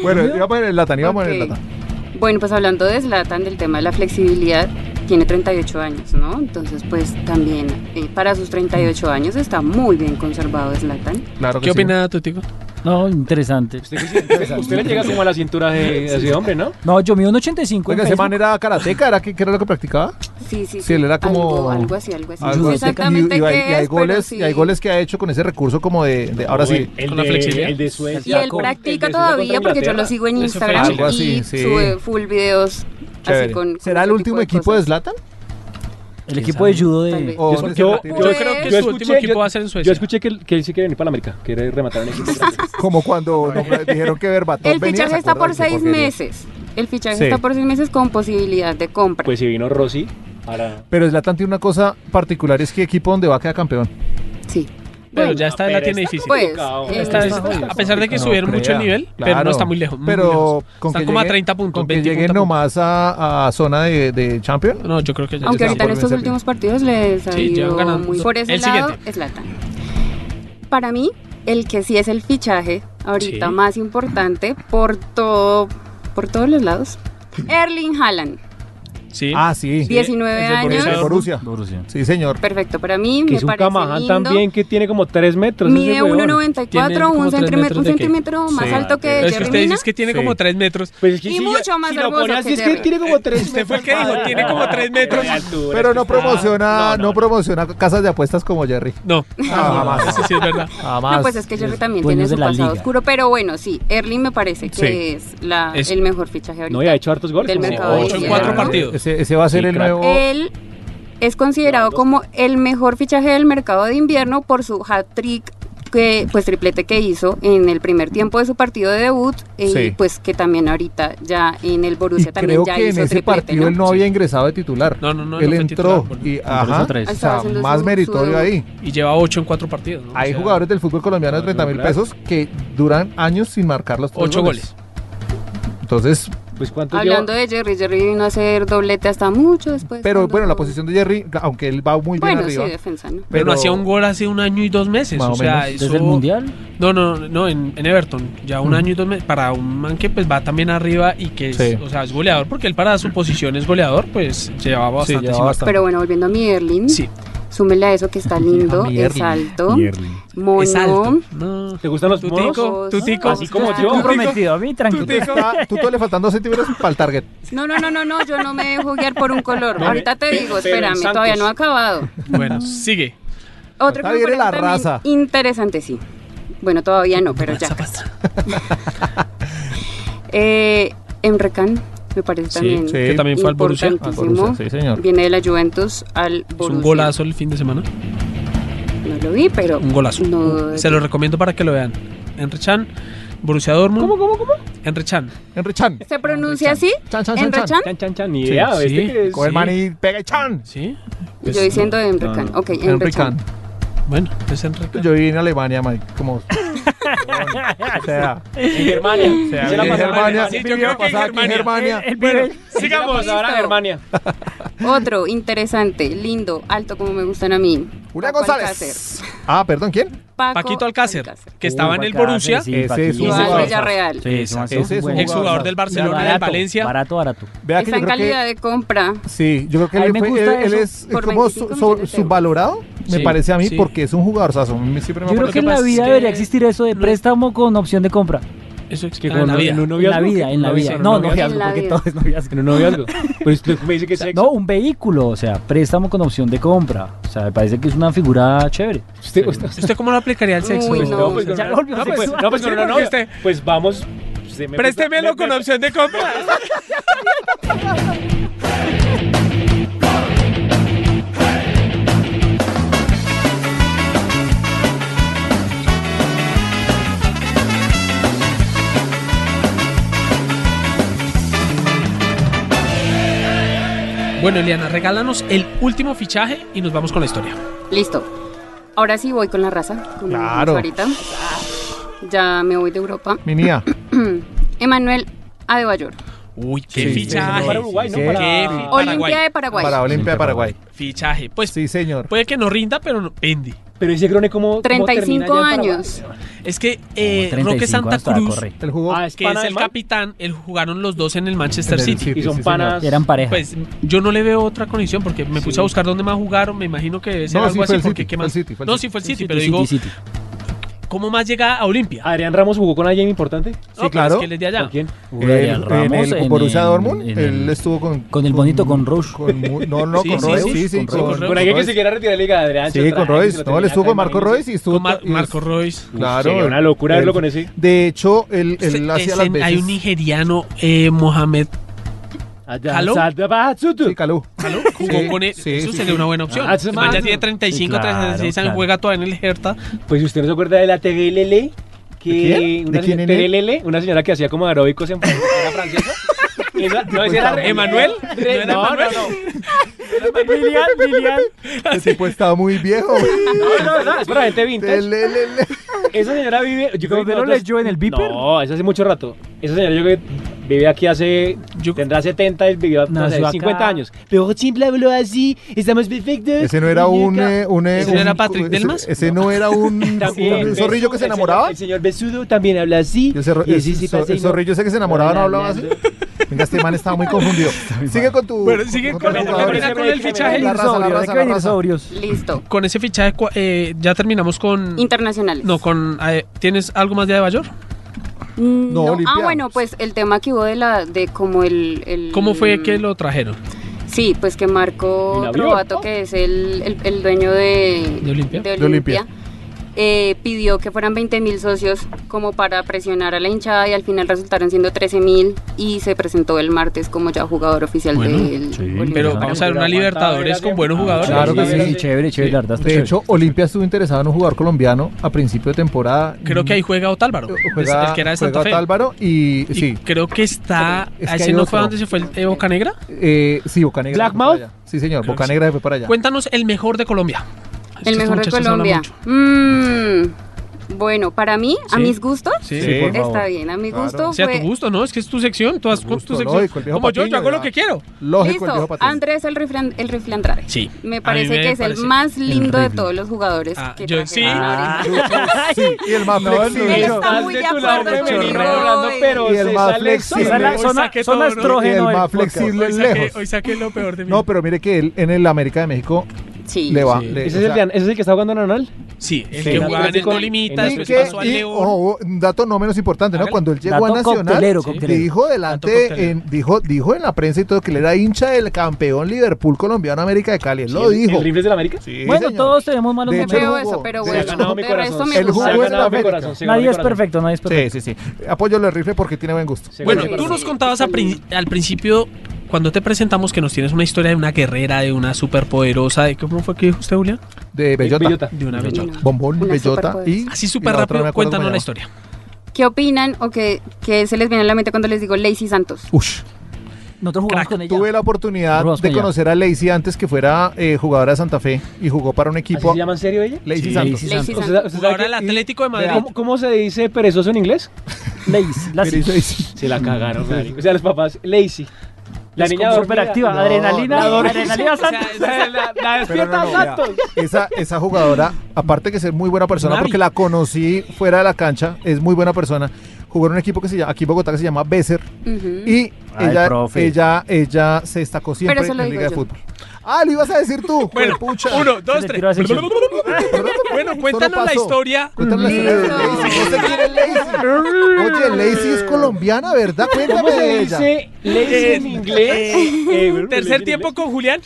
Bueno, íbamos en el Latan, íbamos en el Ok. Latan. Bueno, pues hablando de Zlatan, del tema de la flexibilidad, tiene 38 años, ¿no? Entonces, pues también eh, para sus 38 años está muy bien conservado Zlatan. Claro que ¿Qué sí. opina tu tico? No, interesante. Usted, que sí, usted- usted le llega como a la cintura de, de ese hombre, ¿no? No, yo mido un 85. en Oiga, ese Facebook. man era karateca, ¿era que, que era lo que practicaba? Sí, sí, sí. Sí, él era como- Algo, algo así, algo así. Algo Pues, No así. sé exactamente y, y hay, qué y hay es, pero goles, sí. y hay goles que ha hecho con ese recurso como de, de- ahora sí. El Con la de, flexibilidad. el de Y Suecia. él con- practica el de Suecia todavía contra porque yo Inglaterra. lo sigo en Eso fue Instagram Algo así, y sí. sube full videos Chévere. así con, con ¿Será el ese último tipo de equipo de cosas. Zlatan? El equipo de judo Tal de. vez. ¿O Yo- dónde se yo- retira? Yo creo que Pues- su último equipo va a ser en Suecia. Yo escuché que, él- que él sí quiere venir para América, quiere rematar un equipo. Como cuando nombra- dijeron que Berbatov El venía, fichaje ¿se está por acuerdan? seis Porque- meses. El fichaje Sí. está por seis meses con posibilidad de compra. Pues si vino Rossi, ahora... Pero Zlatan tiene una cosa particular, es que equipo donde va a quedar campeón. sí. Pero Bueno, ya está, la tiene difícil. Pues, complicado. eh, Está- Ah, está- a pesar de que No subieron mucho el crea, nivel, pero claro. no está muy lejos. muy Pero lejos. con Están que como a llegue- 30 puntos. Con que 20 lleguen puntos. nomás a, a zona de, de Champions. No, yo creo que ya. Aunque está ahorita por en estos vencer. últimos partidos les ha Sí, ya ido van ganando. muy por ese El lado siguiente. es Latan. Para mí, el que sí es el fichaje ahorita Sí. más importante por todo por todos los lados. Erling Haaland, Sí. Ah, sí. 19 es el años. Borussia. Borussia. Borussia. Sí, señor. Perfecto, para mí Que me es un parece camaján lindo. también que tiene como 3 metros. Mide ese huevón. 1.94, Tiene como un tres centímetro, metros un de qué. centímetro más Sí. alto que Pero es que usted Jeremina. dice que tiene Sí. como 3 metros. Pues es que Y si mucho ya- más si lo hermoso pone así que es que Jerry. tiene como 3 metros. Usted fue el que dijo, tiene como 3 metros. Pero no promociona, Ah, no, promociona casas de apuestas como Jerry. No, Ah, jamás. eso sí es verdad. Jamás. No, pues es que Jerry también tiene dueños de su la pasado liga. oscuro, pero bueno, sí, Erling me parece que Sí. es, la, Es- el mejor fichaje ahorita. No, y ha hecho hartos goles. Del como mercado de ocho en goles. cuatro invierno. partidos. Ese, ese va a ser Sí, el crack. nuevo. Él es considerado como el mejor fichaje del mercado de invierno por su hat-trick, que, pues triplete que hizo en el primer tiempo de su partido de debut, y Sí. pues que también ahorita ya en el Y Borussia también creo ya que en hizo ese triplete, partido ¿no? él no había ingresado de titular. No, no, no, Él no fue entró titular, y Por eso ajá. tres. Ah, O estaba sea, haciendo más su- meritorio su debut. ahí. Y lleva 8 en 4 partidos. ¿no? Hay O sea, jugadores del fútbol colombiano de 30 mil pesos que duran años sin marcar los tres Ocho goles. Entonces, Pues cuánto lleva- Hablando de Jerry, Jerry vino a hacer doblete hasta mucho después. Pero cuando- bueno, la posición de Jerry, aunque él va muy bien Bueno, arriba. sí, defensa, ¿no? Pero, hacía un gol hace un año y dos meses. Más O o sea, menos. eso- ¿Desde el mundial? No, no, no, en, en Everton. Ya un Mm. año y dos meses. Para un man que pues va también arriba y que es, Sí. o sea, es goleador, porque él para su posición es goleador, pues llevaba Sí, llevaba bastante. sin marcar. bastante. Pero bueno, volviendo a mi Erling, Sí, súmele a eso que está lindo, mi es Erling. alto, Yerling. mono. es alto. No. ¿Te gustan los Tú monos? tico. ojos, Tutico, ojos así como claros. yo. Comprometido a mí, Tú tranquilo. te, está, tú te le faltan dos centímetros para el target. No, no, no, no, no, yo no me dejo guiar por un color. No, Ahorita te pero- digo, pero en espérame, Santos. todavía no ha acabado. Bueno, sigue. Otro Ahí viene componente la también raza. Interesante, sí. Bueno, todavía no, pero ya. Pasa, pasa. Eh, Emre Can, me parece también. sí. Que también fue al Borussia. importantísimo. sí, señor. Viene de la Juventus al Hizo Borussia. un golazo el fin de semana. No lo vi, pero Un golazo. No. Se lo recomiendo para que lo vean. Enre Chan, Borussia Dortmund. ¿Cómo, cómo, cómo? Enre Chan. Enre Chan. ¿se pronuncia así? Chan, chan, chan, ¿Enre chan. Can? Chan, chan, chan, ni Sí, idea. sí. ¿viste que es? Coge el man y pega y chan. ¿Sí? Pues, Yo diciendo Emre Can. Ok, Emre Henry Can. Can. Bueno, es Enre Can. Yo viví en Alemania, Mike. Como. o sea, En Germania. sea, Se la en pasaba Germania. Sí, yo Yo creo quiero que en pasar aquí en Germania. Germania. El- el Bueno, pibe- sigamos. Listo. Ahora Germania. Otro, interesante, lindo, alto, como me gustan a mí. Julián Paco González. Alcácer. Ah, perdón, ¿quién? Paco Paquito Alcácer, que estaba en el Paco Borussia. Alcácer, Ese Paquito. es un Sí, jugador. Alcácer. Villarreal. Sí, ese man Ese es un buen jugador. Exjugador del Barcelona, del Barato, Valencia. Barato, barato. Vea que yo Está en creo que. calidad de compra. Sí, yo creo que A mí él, me fue- gusta él- él eso es por como 25 su- sobre- millones de euros. subvalorado, me Sí, parece a mí, sí. porque es un jugadorzazo. A mí siempre me Yo creo que pues, parece- que, en pasa la es vida que debería existir eso de no- préstamo con opción de compra. Eso es Que ah, con en la un- vida. en un En la noviazgo. vida, en la vida. en un No, noviazgo. noviazgo, En la porque vida. todo es noviazgo. En un noviazgo. Pues tú me dice que es sexo. No, un vehículo, o sea, préstamo con opción de compra. O sea, me parece que es una figura chévere. Usted- usted- ¿Usted cómo lo aplicaría el sexo? Uy, pues no. no, pues Ya con lo olvidó, no, se pues, fue. no, pues con Sí, una porque novia. usted- Pues vamos. se me- Préstemelo me- con opción de compra. Bueno, Eliana, regálanos el último fichaje y nos vamos con la historia. Listo. Ahora sí voy con la raza. Con Claro. lo que hizo Ahorita. Ya me voy de Europa. Mi niña. Emanuel Adebayor. Uy, qué Sí, sí, fichaje. sí, Para Uruguay, ¿no? sí. Qué Para... fi- Olimpia de Paraguay. Para Olimpia de Paraguay. Fichaje. Pues Sí, señor. puede que no rinda, pero no- pende. Pero ese grone como... 35 años. Es que eh, Como 35 Roque Santa hasta Cruz, corre. El jugó. Ah, es que es el capitán. capitán, él jugaron los dos en el Manchester En el City. City. Y son Sí, señor. panas... Eran pareja. Pues yo no le veo otra conexión porque me puse Sí. a buscar dónde más jugaron. Me imagino que debe ser No, algo sí fue así. el Porque, City, ¿qué fue más? el City, fue el no, City. sí fue el Sí, City, sí, pero sí, digo, sí, sí. eh, ¿cómo más llega a Olimpia? Adrián Ramos jugó con alguien importante. No, pero Ah, claro. Es que él es de allá. ¿Con quién? Él, Uriel en Ramos, el en Borussia el- Dortmund, en él estuvo con... con el bonito, con Rush. con Mu- no, no, Sí, con sí, Royce, sí, sí, sí. con Royce. Con alguien que se Royce. quiera retirar de la Liga Adrián. Sí, con Royce. No, él estuvo con Marco Royce y estuvo... Con Mar- y- Marco Royce. Claro. Sería una locura verlo Él- con ese. De hecho, él, él Se- hacía es las en- veces... hay un nigeriano, eh, Mohamed, ¿Aló? Sí, Calú. jugó Sí, con él. sí, Eso sí, sería sí. una buena opción. Ah, El man ya sí, tiene 35, claro, 36 años, claro. juega todavía en el Hertha. Pues usted no se acuerda de la TGLL. Que ¿De quién? Una ¿De quién señora- era? TGLL, una señora que hacía como aeróbicos en Francia. ¿Era francesa? Esa- No, esa era re- ¿Emanuel? re- ¿No era No, no, Emanuel? no. Lilian, Lilian. Ese tipo estaba muy viejo. No, no, no, es para gente vintage. Le- le- le- Esa señora vive. Yo creo que ¿Dónde lo nosotros- leyó en el Viper? No, eso hace mucho rato. Esa señora yo creo que vive aquí hace. Yo- tendrá 70, y vivió no, Nació sé, acá. 50 años. Pero siempre habló así, estamos perfectos. Ese no era un... muñeca. eh, un eh, ¿Ese no era un- Patrick ese- Delmas? Ese no era un... También, un zorrillo que se el señor- enamoraba. El señor Besudo también habla así. Yo sé- y el, sí, sí, el zor- pasa y el zorrillo ese que se enamoraba no hablaba así. Hablando. Venga, este man estaba muy confundido. Sigue con tu. Bueno, sigue con los el- jugadores. termina con el fichaje. La Venir raza, la sobrios, hay raza, que la venir raza. sobrios. Listo. Con ese fichaje cua- eh, ya terminamos con... Internacionales. No, con... eh, ¿Tienes algo más de Adebayor? Mm, No, Ah, Olimpia. bueno, pues el tema que hubo de la de como el, el- ¿Cómo fue que lo trajeron? Sí, pues que Marco El avión. Trovato, que es el, el- el dueño de, ¿De Olimpia? de De Olimpia. Olimpia, eh, pidió que fueran 20 mil socios como para presionar a la hinchada y al final resultaron siendo 13 mil y se presentó el martes como ya jugador oficial Bueno, del sí, Olimpia. Pero Ajá. vamos a Pero ver, una aguanta, Libertadores verás, con buenos ah, jugadores. Claro que sí. Chévere, chévere, la verdad. está De chévere. hecho, Olimpia estuvo interesado en un jugador colombiano a principio de temporada. Creo que ahí juega Otálvaro, Mm. Juega, el que era juega de Santa Fe. Otálvaro y, Y sí, Creo que está... Es que ¿a hay ¿Ese no otro. fue donde se fue el eh, Boca Negra? eh, sí, Bocanegra. Black se fue Mouth. para allá. Sí, señor, Creo que Bocanegra se fue para allá. Cuéntanos el mejor de Colombia. el Estos mejor de muchachos hablan Colombia. mucho. Mm, Bueno, para mí, a Sí. mis gustos, Sí. Sí, por favor. está bien. A mi Claro. gusto O sea, a tu fue. gusto, ¿no? Es que es tu sección, tú haz Tu con gusto, tu sección. lógico, el viejo Como yo, yo Patiño, hago lo ya. que quiero. Lógico, el viejo Listo, Patiño. Andrés el rifle, el rifle Andrade. Sí. Me parece que es el más lindo de todos los jugadores Ah, que yo- trajeron sí. ahorita. Sí, y el más flexible. Él está muy de acuerdo con hablando, Roy. pero Y el se más sale flexible. exótico. Esa es la- Hoy son, saqué son todo, ¿no? Y el astrógeno del más podcast. flexible Hoy saqué, lejos. hoy saqué lo peor de mí. No, pero mire que él en el América de México Sí. le va. Sí. le- ¿Ese o es, el sea, de An- ese es el que está jugando Nanal? Sí, el Sí, que en jugaba en el Atlético- Tolimitas, en y después Atlético- que, pasó al este y, León. ojo, un dato no menos importante, ¿no? Hágale. Cuando él llegó a Dato Nacional, coctelero, Sí. coctelero. dijo Dato delante, coctelero. en- dijo, dijo en la prensa y todo que él era hincha del campeón Liverpool colombiano América de Cali. Él lo ¿El- dijo. ¿El rifle es del América? Sí, bueno, señor. todos tenemos malos De Yo hecho, momentos. creo el jugo. eso, pero De bueno, hecho, de, resto me El gusta. juego Se ha es de ganado mi América. corazón, se ganó mi Nadie es corazón. perfecto, nadie es Sí, perfecto. sí, sí. Apoyo el rifle porque tiene buen gusto. Se ganó Bueno, mi tú corazón. nos contabas a prin- al principio, cuando te presentamos, que nos tienes una historia de una guerrera, de una superpoderosa, de ¿cómo fue que dijo usted, Julia? De bellota. Bellota. De una Sí, bellota. no. Bombón, Una bellota superpoder- y. Así y súper la otra no me rápido, acuerdo cómo cuéntanos la se llama. historia. ¿Qué opinan o qué, qué se les viene a la mente cuando les digo Lacey Santos? Ush. Nosotros jugamos Crack, con ella. Tuve la oportunidad Rosco de ya. conocer a Lacey antes que fuera eh, jugadora de Santa Fe y jugó para un ¿Así equipo. se llama en serio ella? Lacey Sí, Santos. Lacey Lacey O sea, Santos. o sea, Jugadora que- del Atlético de Madrid. ¿Cómo, cómo se dice perezoso en inglés? Lazy, Pero lazy. hizo- hizo- Se la cagaron, marico. O sea, los papás, lazy. La niña dormida. superactiva, No, adrenalina, no, no. adrenalina Santos. es- La, la- la Pero despierta no, no, vea, Santos. esa, esa jugadora, aparte que ser muy buena persona, Navi. porque la conocí fuera de la cancha, es muy buena persona. Jugó en un equipo que se llama, aquí en Bogotá que se llama Besser Ujú. y Ay, ella, profe. ella, ella se destacó siempre eso en lo la digo Liga de yo. Fútbol. Ah, lo ibas a decir tú. Bueno, juepucha. uno, dos, Se le tres. tiró a Sergio. Bueno, Solo cuéntanos la pasó. historia. Cuéntanos la historia de Lacey. No sé quién es Lacey. Oye, Lacey es colombiana, ¿verdad? ¿Cómo Cuéntame de se ella. dice lazy en inglés? Eh, bueno, Tercer lazy en tiempo con Julián.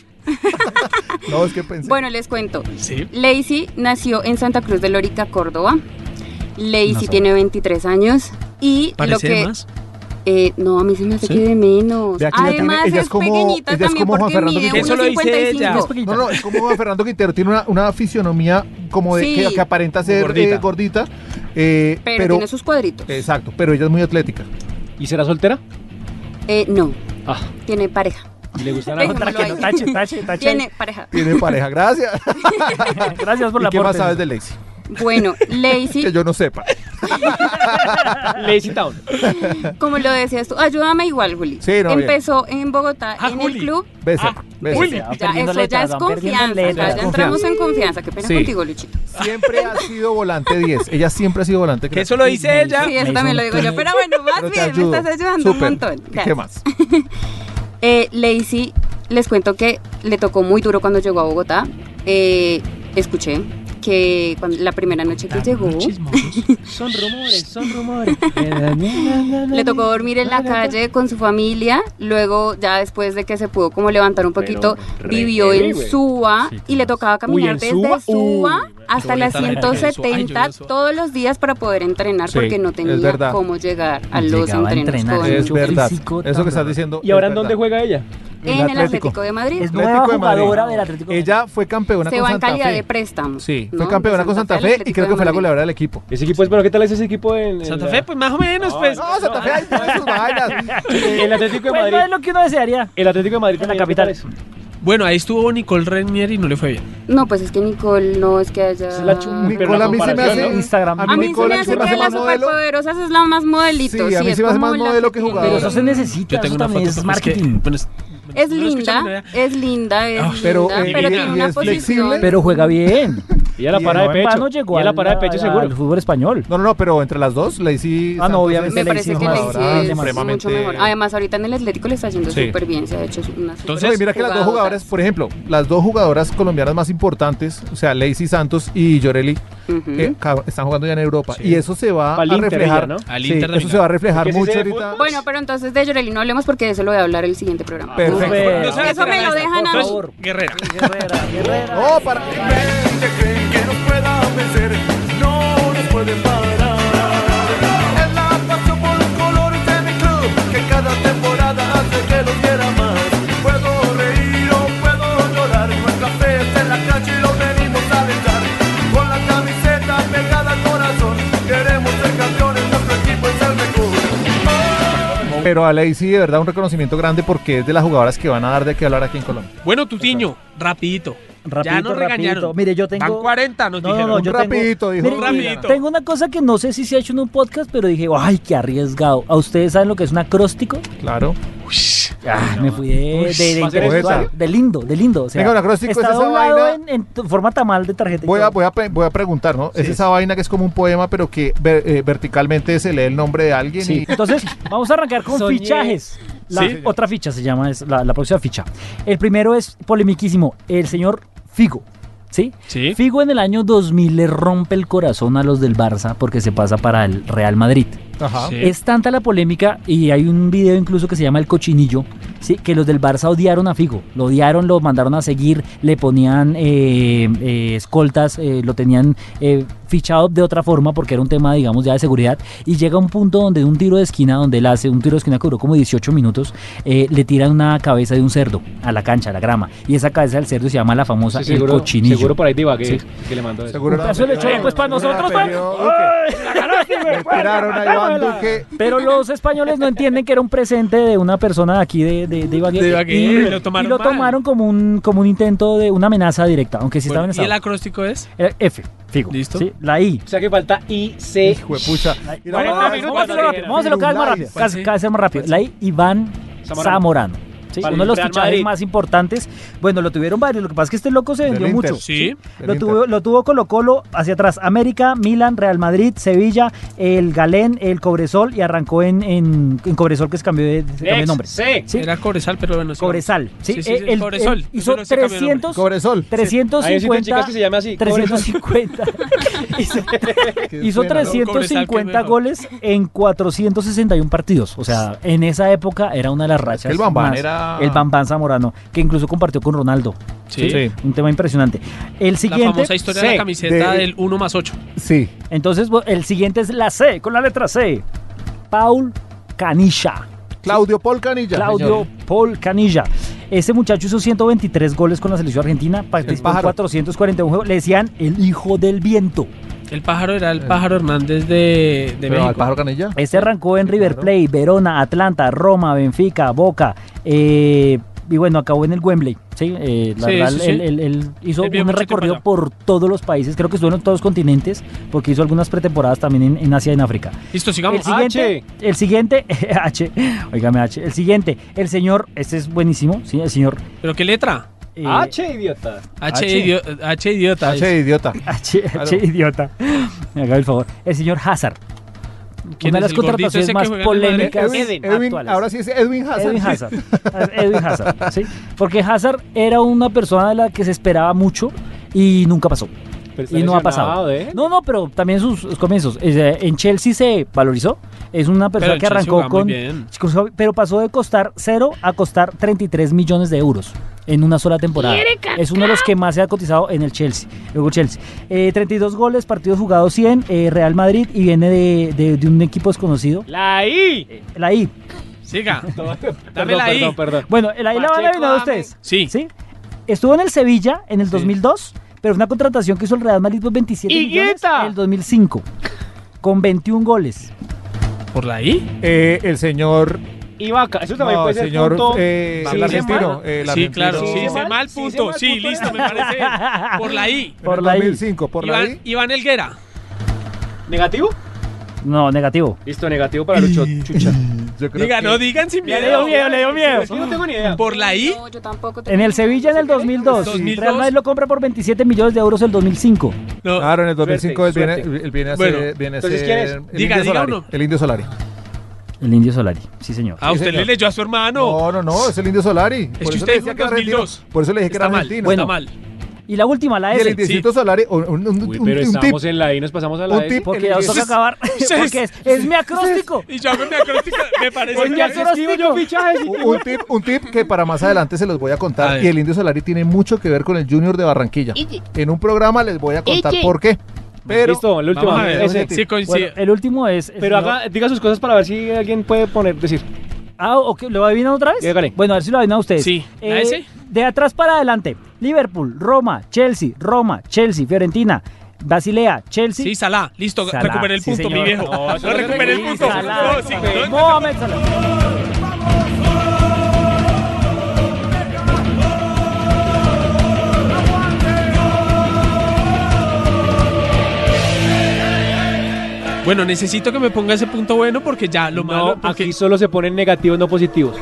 No, es que pensé. Bueno, les cuento. Sí. Lacey nació en Santa Cruz de Lórica, Córdoba. Lacey No sé. tiene 23 años y lo Parece que más. eh, no, a mí se me hace Sí. que de menos. Vea que ella Además tiene- ella es, es como- pequeñita ella es también como Juan porque Fernando mide Quintero. Eso lo dice 1.55. ella. No, no, es como Juan Fernando Quintero tiene una, una fisionomía como de, Sí. que, que aparenta ser eh, gordita. Gordita. eh, Pero, pero, tiene sus cuadritos. exacto, pero ella es muy atlética. inglés. ¿Y será soltera? Eh, no, Ah, tiene pareja. ¿y le gustará? Venga, Otra que no, tache, tache, tache. Tiene pareja. Tiene pareja, gracias. Gracias por ¿Y la qué más sabes de Lacey? Bueno, Que Lacey, yo no sepa. Lazy Town. como lo decías tú, ayúdame igual, Juli. Sí, no, bien. Empezó en Bogotá, Ah, en Juli. el club. Besser, Besser. Ya, eso ya es confianza. ya- Ya, Confianza. entramos en confianza. Qué pena Sí. contigo, Luchito. Siempre ha sido volante 10. Ella siempre ha sido volante. Que eso lo dice ella. Sí, eso hizo también un lo digo yo. clic. Pero bueno, más Pero te bien, ayudo. me estás ayudando Súper. un montón. ¿Y ¿Qué Gracias. más? Eh, Lacey, les cuento que le tocó muy duro cuando llegó a Bogotá. Eh, escuché que cuando- la primera noche que llegó, Son rumores, son rumores. le tocó dormir en la calle pues. con su familia. Luego, ya después de que se pudo como levantar un poquito, vivió en Suba y le tocaba caminar en desde Suba, Suba, uy, hasta la bonita la gente de Suba. Ay, yo vivo en 170 Suba. todos los días para poder entrenar Sí, porque no es verdad. tenía cómo llegar a los Llegaba a entrenos entrenar. con- Con Es mucho verdad. físico Eso tan que estás raro. diciendo. ¿Y ahora es en dónde verdad. juega ella? en el Atlético de Madrid. Es Atlético nueva de Madrid. jugadora del Atlético. de Madrid. Ella fue campeona Se con va en Santa calidad Fe. de préstamo. Sí, fue ¿no? campeona De con Santa al Fe y Atlético creo de que fue la Madrid. goleadora del equipo. Ese equipo es, pero ¿qué tal es ese equipo en. en Santa la- Fe, pues más o menos, pues. No, Santa Fe, ahí tiene sus vainas. El Atlético de Pues no es Madrid. lo que uno desearía. El Atlético de Madrid En la también, ¿qué tal capital. es? Bueno, ahí estuvo Nicole Renier y no le fue bien. No, pues es que Nicole no es que haya. Se la chum- Pero Nicola la a mí se me comparación, hace. ¿no? Instagram. A mí Nicola se me hace que las superpoderosas es la más modelito. Sí, Sí, a mí es se me hace como más la modelo que tiene- jugador. Pero eso se necesita, Yo tengo eso una también foto. es porque es que- marketing. bueno, es- Es no lo escuchamos, linda, es linda, es Ah, linda, pero, pero, eh, y- tiene y una es flexible. posición. Pero juega bien. Y a la Y parada de Noel pecho. Mano llegó Y a la al- parada de pecho, al- seguro. al fútbol español. No, no, no, pero entre las dos, Lacey. Ah, no, Santos obviamente me es- Lacey parece que es Lacey jugadora es Ah, supremamente- mucho mejor. Además, ahorita en el Atlético le está yendo Sí. súper bien. Se ha hecho una super Entonces, No, y mira que las dos jugadora. jugadoras, por ejemplo, las dos jugadoras colombianas más importantes, o sea, Lacey Santos y Yoreli, Ujú. que ca- están jugando ya en Europa. Sí. Y eso se va Pa'l a Inter reflejar. ella, ¿no? Al sí, Inter de eso se Milán. va a reflejar Porque si mucho se ve ahorita. fútbol- Bueno, pero entonces de Yoreli no hablemos porque de eso lo voy a hablar el siguiente programa. Perfecto. Súper. No se Eso me lo dejan a Por mí. favor. Guerrera. Guerrera, guerrera. ¡Oh, para! que creen que nos puedan vencer, no nos pueden parar. Es la pasión por los colores de mi club, que cada temporada hace que lo quiera más. Puedo reír o puedo llorar, nuestra fe está en la cancha y lo venimos a alentar. Con la camiseta pegada al corazón, queremos ser campeones, nuestro equipo es el mejor. Pero a Lacey, de verdad, un reconocimiento grande porque es de las jugadoras que van a dar de qué hablar aquí en Colombia. Bueno, Tutiño, rapidito. Rapidito, ya nos regañaron. rapidito. Mire, yo tengo... Van 40, nos No, no, dijeron. no, yo tengo- rapidito, dijo. Mire, Un rapidito. Tengo una cosa que no sé si se ha hecho en un podcast, pero dije, ay, qué arriesgado. ¿A ustedes saben lo que es un acróstico? Claro. Ah, me fui de, de, de va a ser intelectual, esa. de lindo, de lindo. O sea, Venga, un acróstico está es esa doblado vaina- En, en t- forma tamal de tarjeta. y Voy a, todo. voy, a, pre- voy a preguntar, ¿no? Es Sí. esa vaina que es como un poema, pero que ver- eh, verticalmente se lee el nombre de alguien Sí. Entonces, vamos a arrancar con Soñé. fichajes. La Sí. otra ficha se llama, es la, la próxima ficha. El primero es polemiquísimo, el señor Figo. ¿Sí? Sí. Figo en el año 2000 le rompe el corazón a los del Barça porque se pasa para el Real Madrid. y. Ajá. Sí. Es tanta la polémica y hay un video incluso que se llama El Cochinillo, ¿sí? que los del Barça odiaron a Figo, lo odiaron, lo mandaron a seguir, le ponían eh, eh, escoltas, eh, lo tenían eh, fichado de otra forma porque era un tema, digamos, ya de seguridad. Y llega un punto donde de un tiro de esquina, donde él hace un tiro de esquina que duró como 18 minutos, eh, le tiran una cabeza de un cerdo a la cancha, a la grama. Y esa cabeza del cerdo se llama la famosa Sí, El seguro, Cochinillo. seguro por ahí te que, Sí. que le mandó eso. Seguro Un pedazo de lechón, pues, para nosotros, pa- Tiraron a Iván Duque. Pero los españoles no entienden que era un presente de una persona de aquí de, de, de Ibagué. De Ibagué, Y, y lo tomaron y lo mal. tomaron como un, como un intento de una amenaza directa, aunque sí Bueno, Pues, ¿Y estaba el amenazado. acróstico es? Era F, Figo. Listo. ¿sí? La I. O sea que falta IC. Hijo de pucha. Y la 40 Ah, verdad es minutos, Vamos a cuando hacerlo rápido, dijeron, vamos a hacerlo cada vez más rápido. Pues Cada, sí. cada vez más rápido. La I, Iván Zamorano. Zamorano. ¿sí? Para Uno de el los Real fichajes Madrid. más importantes. Bueno, lo tuvieron varios. Lo que pasa es que este loco se Del vendió Inter. mucho. Sí. El Lo Inter. tuvo, lo tuvo Colo Colo hacia atrás. América, Milan, Real Madrid, Sevilla, el Galén, el Cobresol y arrancó en, en, en Cobresol que se cambió de, se cambió de nombre. C. Sí. Era Cobresal, pero bueno. sí. Cobresal. Sí, Sí, sí, Eh, sí, el, Cobresol. el- hizo Pero se cambió de nombre. 300, Cobresol. Hay existen chicas que se 350, llame así. 350. hizo Que hizo suena, ¿no? Cobresal, que es 350 mejor. goles en 461 partidos. O sea, en esa época era una de las rachas. El Bambán más- era. El Bambán Zamorano, que incluso compartió con Ronaldo. Sí. Sí. Un tema impresionante. El La siguiente. famosa historia de sí, la camiseta de- del 1 más 8. Sí. Entonces, bu- el siguiente es la C, con la letra C. Paul Canilla. Claudio Paul Canilla. Claudio Paul Canilla. Ese muchacho hizo 123 goles con la selección argentina, participó en pájaro. 441 juegos. Le decían el hijo del viento. El pájaro era el pájaro Hernández de, de Eh. Pero al México. pájaro Canilla. Este arrancó en Sí, River claro. Plate, Verona, Atlanta, Roma, Benfica, Boca. eh, y bueno, acabó en el Wembley. ¿sí? Eh, la Sí, verdad, sí, sí. Él, él- él hizo Él vivió un mucho tiempo recorrido allá. por todos los países. Creo que estuvo en todos los continentes, porque hizo algunas pretemporadas también en, en Asia y en África. Listo, El sigamos. Ah, siguiente, el siguiente, H, oígame H, el siguiente, el señor, este es buenísimo, sí, el señor ¿Pero qué letra? eh, H, Ah, idiota. H, H. idio- H idiota. H de idiota. H, H, idiota, me haga el favor, el señor Hazard, ¿Quién una de es las el gordito ese que contrataciones más juega en el Madrid? polémicas Edwin, Edwin, actuales. ahora sí es Edwin Hazard. Edwin Sí. Hazard, Edwin Hazard, ¿sí? porque Hazard era una persona de la que se esperaba mucho y nunca pasó. Pero está y no ha lesionado, pasado. ¿eh? No, no, pero también sus, sus comienzos. Es, eh, En Chelsea se valorizó. Es una Pero persona el que Chelsea arrancó jugaba muy con. bien. Pero pasó de costar cero a costar 33 millones de euros en una sola temporada. Es uno de los que más se ha cotizado en el Chelsea. Luego Chelsea. Eh, 32 goles, partidos jugados 100, eh, Real Madrid y viene de, de- de un equipo desconocido. La I. La I. Siga. Dame Perdón, la I. Perdón, perdón. Bueno, el I la van a Pacheco, adivinar amén. ustedes. Sí. ¿Sí? Estuvo en el Sevilla en el 2002, pero fue una contratación que hizo el Real Madrid por 27 millones ¡Higuita! en el 2005 con 21 goles. ¿Por la I? Eh, el señor. Ivaca. Eso también No, puede el ser señor. punto. eh, Sí, el se argentino. llama. eh, el sí, argentino. claro. Sí, hice hice mal, mal sí, hice punto. mal Sí, punto. listo, me parece. Por la I. Por En la I. 2005, por la Iván, I. Iván Helguera. ¿Negativo? No, negativo. Listo, negativo para Lucho. Chucha. Yo creo Diga, que- no digan sin miedo. le dio miedo. Es que no tengo ni idea. ¿Por la I? No, yo tampoco. En el Sevilla en el 2002. 2002. Real Madrid lo compra por 27 millones de euros el 2005. No. Claro, en el 2005 él Suerte, viene, él viene a Bueno, ser. Viene a entonces, ser ¿quién es? el Diga, Indio diga Solari, uno. El Indio Solari. El Indio Solari, sí señor. Ah, Sí, usted señor. le leyó a su hermano. No, no, no, es el Indio Solari. Por que eso le usted decía dijo que era 2002. argentino. Por eso le dije que era Está mal. argentino. Está mal. Y la última, la Y el S. Indiecito Solari, un, un, un- Uy, un- pero un tip. estamos en la I, nos pasamos a la Un E. tip. Porque ya nos toca Sí. acabar. Porque es, es mi acróstico. Y yo hago mi acróstica. Me parece Oye, que ¿a qué hora- Escribo yo fichajes y- Un un tip, un tip que para más adelante se los voy a A contar. ver. y el Indio Solari tiene mucho que ver con el Junior de Barranquilla. En un programa les voy a contar por qué. Pero Listo, el último. Vamos a ver. Ese. Sí, Bueno, coincide. el último es. el Pero señor- haga, diga sus cosas para ver si alguien puede poner, decir. Ah, ok, ¿lo adivinan otra vez? Dígale. Bueno, a ver si lo adivinan ustedes. Eh, Sí. ¿La S? De atrás para adelante. Liverpool, Roma, Chelsea, Roma, Chelsea, Fiorentina, Basilea, Chelsea. Sí, Salah. Listo, Salah, recuperé el sí, punto, mi señor. viejo. No, No, eso no es recuperé el muy punto. Salah, No, sí, no, Mohamed Salah. Aguanta, Bueno, necesito que me ponga ese punto bueno porque ya lo No, malo. Porque... aquí solo se ponen negativos, no positivos.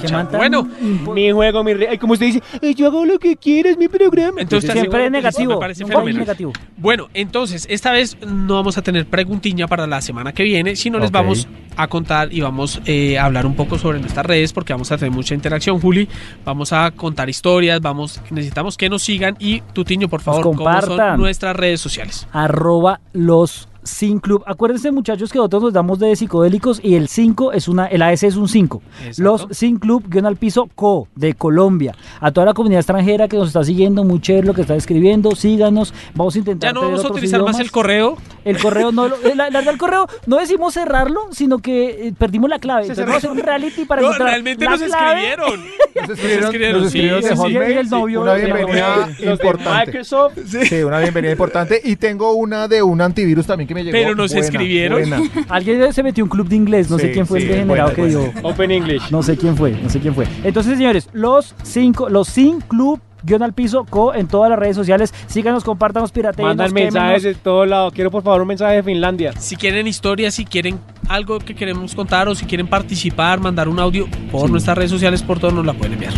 Que man tan Bueno, impo- Mi juego, mi rey. Ay, como usted dice, "Ay, yo hago lo que quiera, es mi programa. Entonces, Entonces, siempre es Me negativo. parece nunca hay fenomenal. negativo. Bueno, entonces, esta vez no vamos a tener preguntiña para la semana que viene, sino les Ok. vamos a contar y vamos eh, a hablar un poco sobre nuestras redes porque vamos a tener mucha interacción, Juli. Vamos a contar historias, vamos, necesitamos que nos sigan y Tutiño, por favor, ¿cómo son compartan. nuestras redes sociales? arroba los sin club. Acuérdense muchachos que nosotros nos damos de psicodélicos y el 5 es una, el AS es un 5. Exacto. Los sin club guión al piso co de Colombia. A toda la comunidad extranjera que nos está siguiendo, muy chévere lo que está escribiendo, síganos. Vamos a intentar. Ya no tener vamos a otros utilizar más idiomas. el correo. El correo no, lo- la, la verdad el correo no decimos cerrarlo, sino que eh, perdimos la clave. Entonces vamos a hacer un reality para No, encontrar realmente la nos clave. escribieron. Nos escribieron, escribieron, nos escribieron sí, de sí, sí, Hotmail, el novio una de- bienvenida importante. Microsoft. Sí, una bienvenida importante. Y tengo una de un antivirus también que me llegó. Pero nos Buena, escribieron. buena. Alguien se metió en un club de inglés, no Sí, sé quién fue sí, el degenerado buena, que buena. dio. Open English. No sé quién fue, no sé quién fue. Entonces, señores, los cinco, los sin club guión al piso co en todas las redes sociales. Síganos, compártanos, piratenos, Mandan mensajes de todo lado. Quiero, por favor, un mensaje de Finlandia. Si quieren historias, si quieren algo que queremos contar o si quieren participar, mandar un audio por Sí. nuestras redes sociales, por todo nos la pueden enviar.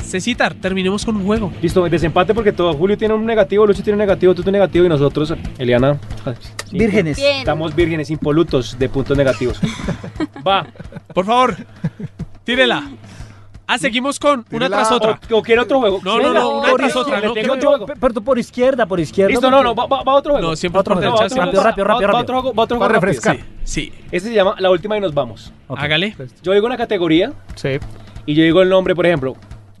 Cecitar, terminemos con un juego. Listo, desempate porque todo. Julio tiene un negativo, Lucho tiene un negativo, tú tienes un negativo y nosotros, Eliana. sí, Vírgenes. Bien. Estamos vírgenes, impolutos de puntos negativos. Va. Por favor, tírela. Ah, seguimos con una Tírela tras otra. O, o quiere otro juego. No, no, Venga, no, una por tras izquierda, otra. le No, tengo que- otro juego. P- Pero por izquierda, por izquierda. Listo, no, porque- no, va, va- va otro juego. No, siempre Otro por juego, derecha. otro siempre juego. por- rápido, Va- rápido, va rápido. otro juego, va otro Para juego rápido. refrescar. Sí, Este se llama La última y nos vamos. Ok. pues. hágale. Yo digo una categoría Sí, y yo digo el nombre, por ejemplo,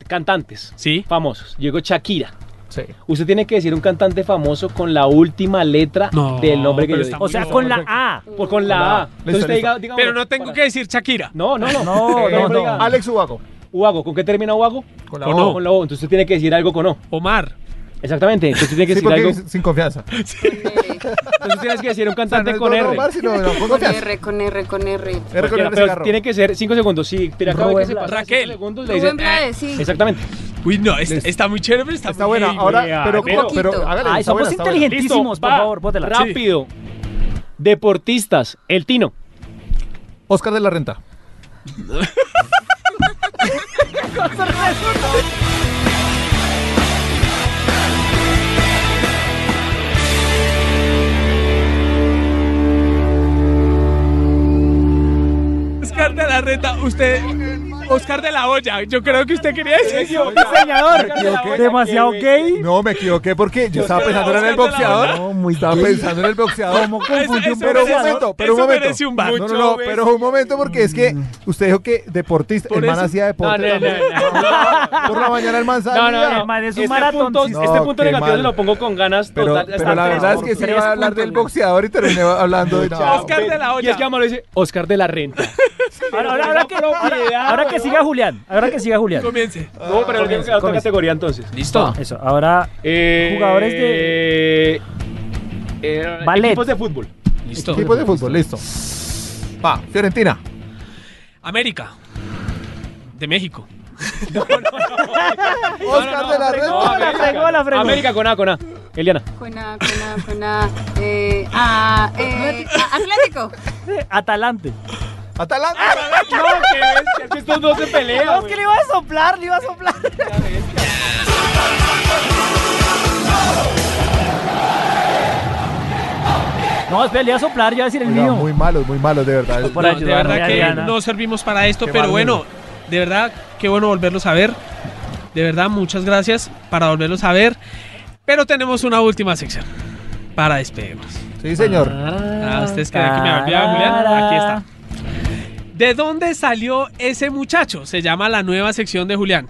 cantantes Sí. famosos. Yo digo Shakira. sí. Usted tiene que decir un cantante famoso con la última letra No, del nombre que pero yo está digo. O sea, Listo, con la A. Por- con la A. Entonces Listo, usted diga, diga Pero uno. no tengo Para. que decir Shakira. No, no, no. No, Por ejemplo, no, diga, no. Alex Ubago. Ubago, ¿con qué termina Ubago? Con la Con O. O. Con la O. Entonces usted tiene que decir algo con O. Omar. Exactamente. Entonces usted tiene que Sí, decir porque algo. es sin confianza. Entonces tienes que decir un O sea, no cantante es con Don R. Omar, sino no, con Con confianza. R, con R, con R. R con Cualquiera, R de Pero cigarro. tiene que ser 5 segundos. Sí, pero acaba que Rubén se pasa Blades. cinco segundos, le Rubén dice- Blades, sí. Exactamente. Uy, no, es- está muy chévere, pero está, Está muy buena. heavy. Ahora, pero, pero- pero, pero hágale. Ay, está somos buena, está buena. inteligentísimos, por va. favor, bótela. Rápido. Deportistas, el Tino. Oscar de la Renta. Oscar de la Renta, usted. Oscar de la Olla. Yo creo que usted quería decir. Diseñador, equivoqué. demasiado gay. No, me equivoqué porque yo estaba pensando era en el Oscar de la boxeador. No, muy Estaba gay. pensando en el boxeador. confundí un pero un boxeador? momento, pero un Eso momento. merece un bar. No, no, no, pero un momento porque es que usted dijo que deportista, Por el man eso- hacía deporte No, no, no, también. Por la mañana el man No, salía. no, no. man, es un este maratón, punto, sí, sí. este No, punto qué negativo mal. se lo pongo con ganas. Pero, total, pero hasta la tres verdad es por que sí tres iba a hablar puntos, del güey. boxeador y terminé hablando de chao. Oscar de la Y es Olla. que Amaro dice Oscar de la Renta. Ahora, ahora, ahora que, ahora, ahora que siga Julián, ahora que siga Julián. Comience. No, pero tiene que ser otra comienza. categoría entonces. Listo. Eso, ahora Eh, Jugadores de- eh, Ballet. Equipos de fútbol. Listo. Equipo de fútbol, listo. Va, Fiorentina. América. De México. Oscar de la Renta. la fregó, la fregó. América con A, con A. Eliana. Con A, con A, con A. Eh, a eh, a- Atlético. eh, Atalante. Atalanta. No, que es que estos dos se pelean. No, que le iba a soplar, le iba a soplar. No, espera, le iba a soplar, yo iba a decir el Oiga, mío. Muy malos, muy malos, de verdad. Por No, de ayudarme, verdad que Adriana. no servimos para esto, Qué pero bárbaro. bueno, de verdad, qué bueno volverlos a ver. De verdad, muchas gracias para volverlos a ver. Pero tenemos una última sección para despedirnos. Sí, señor. Ah, ustedes creen que me olvidaba, Julián. Aquí está. ¿De dónde salió ese muchacho? Se llama la nueva sección de Julián.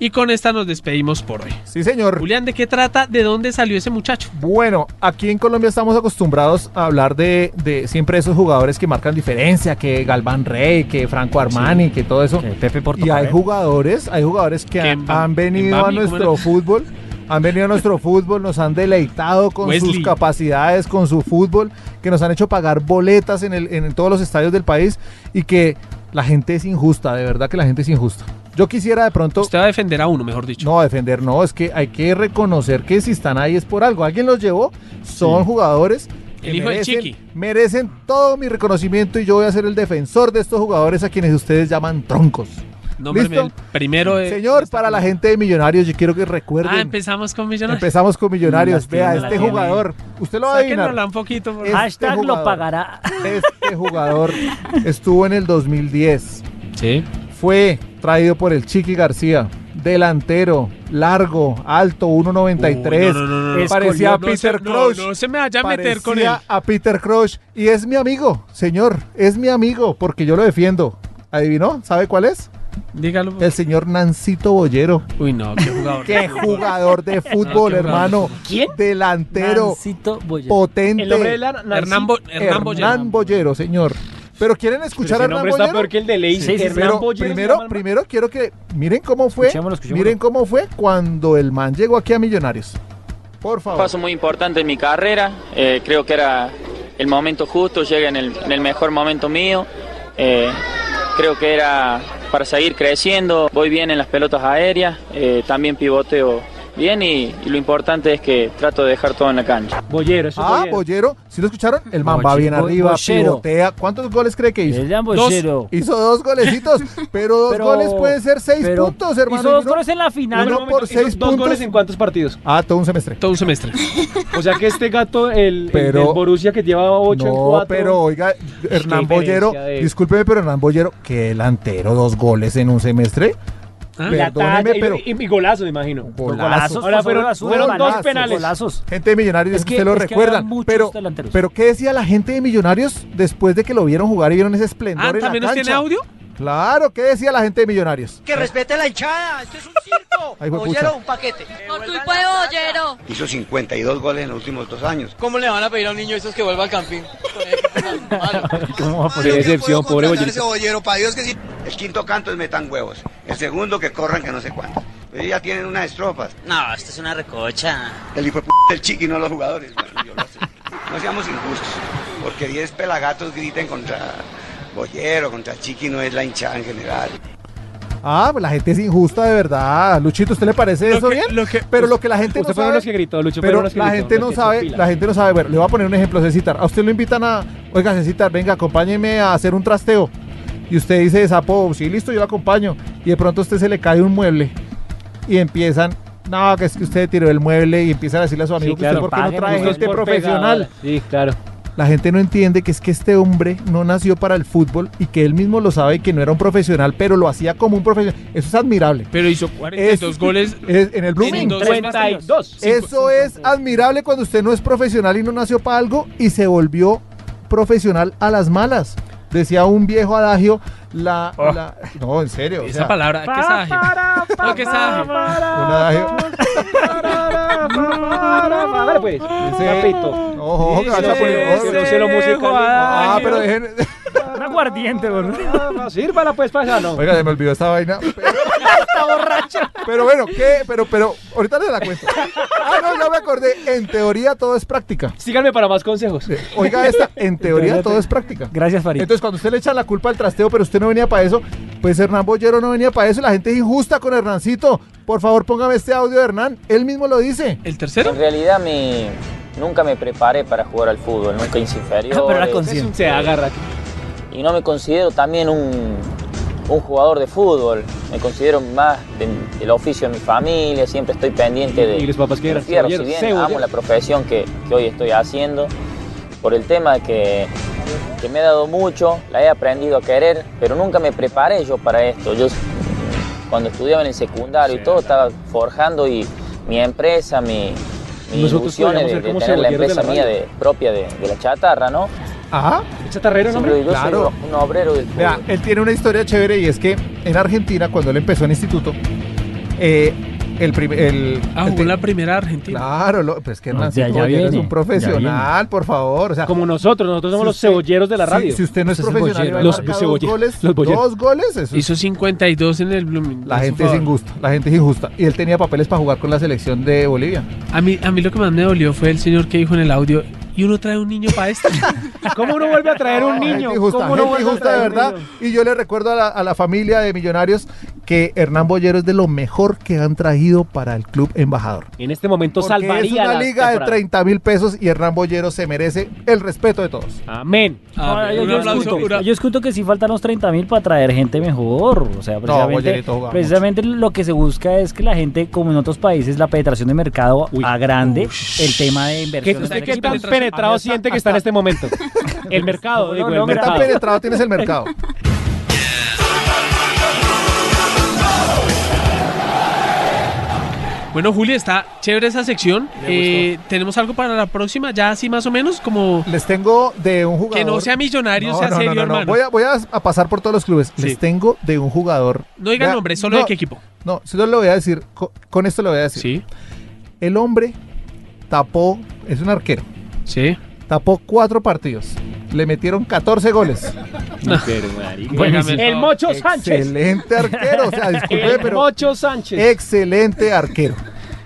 Y con esta nos despedimos por hoy. Sí, señor. Julián, ¿de qué trata? ¿De dónde salió ese muchacho? Bueno, aquí en Colombia estamos acostumbrados a hablar de, de siempre esos jugadores que marcan diferencia, que Galván Rey, que Franco Armani, que todo eso. Que Y Pepe hay Portopalo. jugadores, hay jugadores que Que han, Mbam- han venido Mbami, a ¿cómo nuestro era? fútbol, han venido a nuestro fútbol, nos han deleitado con Wesley. sus capacidades, con su fútbol, que nos han hecho pagar boletas en, el- en todos los estadios del país y que la gente es injusta, de verdad que la gente es injusta. Yo quisiera de pronto Usted va a defender a uno, mejor dicho. no, defender no, es que hay que reconocer que si están ahí es por algo. Alguien los llevó, son jugadores que El hijo del merecen, Chiqui. merecen todo mi reconocimiento y yo voy a ser el defensor de estos jugadores a quienes ustedes llaman troncos. Nómbreme ¿Listo? el primero. de- este Señor, para la gente de Millonarios, yo quiero que recuerden. Ah, empezamos con Millonarios. empezamos con Millonarios. Las Vea, tiene, las este tiene. jugador, usted lo va a adivinar. Sáquenosla un poquito. por- Este Hashtag jugador. lo pagará. Este jugador estuvo en el 2010. Sí. Fue traído por el Chiqui García. Delantero, largo, alto, 1.93. Uy, no, no, no, no. Parecía No, a no Peter se- no, Crouch. No, se me vaya a meter con él. Parecía a Peter Crouch. Y es mi amigo, señor. Es mi amigo, porque yo lo defiendo. ¿Adivinó? ¿Sabe cuál es? Dígalo. pues. El señor Nancito Bollero. Uy, no, qué jugador. ¡Qué jugador de fútbol, qué hermano! ¿Quién? Delantero, Nancito Boyer. potente. El nombre de la Hernán, Bo- Hernán Hernán Boyero. Bollero. señor. Pero quieren escuchar a el Hernán nombre Bollero. está peor que el de Ley. Sí, sí, sí. Pero primero, primero quiero que miren cómo fue, Escuchémoslo, escuchémoslo. miren cómo fue cuando el man llegó aquí a Millonarios. Por favor. paso muy importante en mi carrera. eh, creo que era el momento justo, llegué en el, en el mejor momento mío. eh, creo que era para seguir creciendo. Voy bien en las pelotas aéreas, eh, también pivoteo bien y, y lo importante es que trato de dejar todo en la cancha. Bollero, eso es Ah, Bollero. Bollero, ¿sí lo escucharon? El man va Bolle- bien Bo- arriba, Bollero. pivotea. ¿Cuántos goles cree que hizo? El Dan Boyero. Hizo dos golecitos, pero dos Pero- goles pueden ser seis pero puntos, hermano. Hizo dos ¿no? goles en la Uno final. Un momento, por hizo seis dos puntos. goles en cuántos partidos. Ah, todo un semestre. Todo un semestre. O sea que este gato, el, el Pero- del Borussia que lleva 8 en no, 4. pero oiga, Hernán diferencia Bollero, de- discúlpeme, pero Hernán Bollero, que delantero, dos goles en un semestre. Ah. la Perdóneme, talla, y- pero. y, y golazo, me imagino. Golazo. Ahora fueron- fueron dos golazos, penales. golazos. Gente de Millonarios, Es es que, que- se lo es que recuerdan. había muchos pero, delanteros. pero, ¿qué decía la gente de Millonarios después de que lo vieron jugar y vieron ese esplendor Ah, en la ¿también nos tiene cancha? audio? Claro, ¿qué decía la gente de Millonarios? Que respete la hinchada, esto es un circo. Ahí fue pucha. Bollero, un paquete. Por culpa de Bollero. Hizo 52 goles en los últimos dos años. ¿Cómo le van a pedir a un niño esos que vuelva al camping? ¿Cómo va a Qué poner? decepción, pobre Bollero. Bollero, para Dios que sí. El quinto canto es metan huevos. El segundo que corran que no sé cuánto. Ellos ya tienen unas estrofas. No, esto es una recocha. El hijo de p- del chiqui, no los jugadores. Bueno, yo lo sé. No seamos injustos. Porque 10 pelagatos griten contra Bollero, contra Chiqui, no es la hinchada en general. Ah, pues la gente es injusta de verdad. Luchito, ¿usted le parece Lo eso que- bien? lo que- pero lo que la gente no Usted sabe. fueron los que gritó, Lucho. pero fueron los que la gritó, gente no los que sabe, son pila. la gente no sabe. Bueno, le voy a poner un ejemplo, Cecitar. A usted lo invitan a, oiga, Cecitar, venga, acompáñeme a hacer un trasteo. Y usted dice, sapo, sí, listo, yo lo acompaño. Y de pronto a usted se le cae un mueble y empiezan, no, que es que usted tiró el mueble y empiezan a decirle a su amigo Sí, claro, que usted, ¿por qué no paguen trae ustedes gente por profesional? pegado. Sí, claro. La gente no entiende que es que este hombre no nació para el fútbol y que él mismo lo sabe que no era un profesional, pero lo hacía como un profesional. Eso es admirable. Pero hizo 42 Es- goles. Es- en el Blooming. dos 52. pues, Eso es admirable cuando usted no es profesional y no nació para algo y se volvió profesional a las malas. Decía un viejo adagio, la... la- no, en serio. o Ah. Esa sea, palabra, ¿qué sabe? No, ¿qué sabe? un adagio... Hágale, pues. Rapito. Ojo, que vas a poner- Ese- no se lo musical. Ah, pero dejen... Un aguardiente, boludo. Sírvala, pues, paisano. Oiga, se me olvidó esta vaina. Pero... Está borracho. Pero bueno, ¿qué? Pero, pero, ahorita les la cuento. Ah, no, ya me acordé. En teoría todo es práctica. Síganme para más consejos. Eh, Oiga esta, en teoría todo es práctica. Gracias, Farid. Entonces, cuando usted le echa la culpa al trasteo, pero usted no venía para eso, pues Hernán Bollero no venía para eso. y La gente es injusta con Hernancito. Por favor, póngame este audio de Hernán. Él mismo lo dice. ¿El tercero? En realidad me, nunca me preparé para jugar al fútbol, nunca hice inferiores. Ah, Pero era Es consciente. un- Se agarra aquí. y no me considero también un, un jugador de fútbol, me considero más de- del oficio de mi familia, siempre estoy pendiente de... Y los papás que eran del fierro, si cebolleros, bien cebolleros. amo la profesión que, que hoy estoy haciendo, por el tema que, que me ha dado mucho, la he aprendido a querer, pero nunca me preparé yo para esto. Yo cuando estudiaba en el secundario y todo, estaba forjando y mi empresa, mi... Mis Nosotros ilusiones de, podríamos ser de como tener la cebolleros de la empresa mía radio. de- propia de, de la chatarra, ¿no? Ajá. ¿El chatarrero, no, Siempre hombre? yo Claro. soy un obrero del fútbol. Vea, él tiene una historia chévere y es que en Argentina, cuando él empezó en instituto, eh, el primer. El, Ah, el jugó te- en la primera Argentina. Claro, lo- pues que No, Hernancito ya- ya Bollero es viene, un ya profesional, por favor. O sea, Como nosotros, nosotros somos si los usted- cebolleros de la si- radio. Si, usted no es Ese es profesional, y Bollero. va a Los- marcar los dos cebolleros, goles, los Bollero. dos goles, eso es Hizo 52 en el Blooming. La a su gente es favor. injusta, la gente es injusta. Y él tenía papeles para jugar con la selección de Bolivia. A mí, a mí lo que más me dolió fue el señor que dijo en el audio, y uno trae un niño este?". para esto. ¿Cómo uno vuelve a traer un No, niño? Gente injusta, ¿Cómo uno gente vuelve a injusta de traer un verdad. niño? Y yo le recuerdo a la, a la familia de millonarios que Hernán Boyero es de lo mejor que han traído para el club embajador. En este momento Porque salvaría es la una liga de temporada. 30 mil pesos y Hernán Boyero se merece el respeto de todos. Amén. Ahora, Amén. yo, Ah, Un yo aplauso, escuto, una- yo escuto que sí faltan los 30 mil para traer gente mejor. O sea, precisamente, Bollerito jugaba precisamente lo que se busca es que la gente, como en otros países, la penetración de mercado a grande el tema de ¿Qué, inversión. en usted el qué equipo. tan penetrado siente que está en este momento? El mercado, digo, no, el mira, Tan mercado. penetrado tienes el mercado. Bueno, Juli, está chévere esa sección. Eh, ¿Tenemos algo para la próxima? Ya así más o menos, como Les tengo de un jugador. que no sea millonario, sea serio, hermano. Voy, a, voy a- a pasar por todos los clubes. Sí. Les tengo de un jugador. No digan Vea, nombre, solo no, de qué equipo. No, solo lo voy a decir. co- Con, esto lo voy a decir. Sí, El hombre tapó, es un arquero, sí. tapó cuatro partidos. Le metieron 14 goles. Buenísimo. El Mocho Sánchez. Excelente arquero. O sea, disculpe, El pero. Mocho Sánchez. Excelente arquero.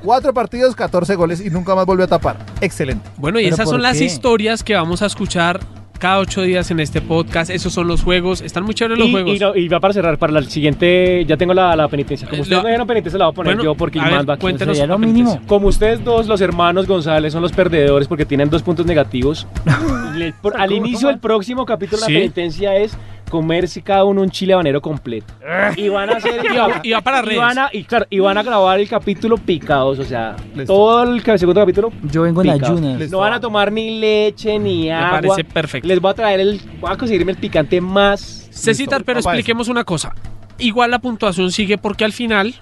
Cuatro partidos, 14 goles y nunca más volvió a tapar. Excelente. Bueno, y ¿Pero esas son por las qué? historias que vamos a escuchar cada ocho días en este podcast. Esos son los juegos. Están muy chéveres los Y, juegos. y no- y va para cerrar, para el siguiente, ya tengo la, la penitencia. Eh, Como ustedes lo- no dieron penitencia, la voy a poner Bueno, yo porque a el ver, man va- cuéntenos sería lo la mínimo. penitencia. Como ustedes dos, los hermanos González, son los perdedores porque tienen dos puntos negativos. Le- por- al inicio del próximo capítulo, Sí. la penitencia es comerse cada uno un chile habanero completo. Y van a hacer. Eh. Y va- y va para y van redes. a- y claro, y van a grabar el capítulo picados, o sea, Listo. todo el ca- segundo capítulo. Yo vengo en picados. ayunas. No van a tomar ni leche ni Me agua. parece perfecto. Les voy a traer el. Voy a conseguirme el picante más. Cecitar, Listo, pero papá, expliquemos una cosa. Igual la puntuación sigue porque al final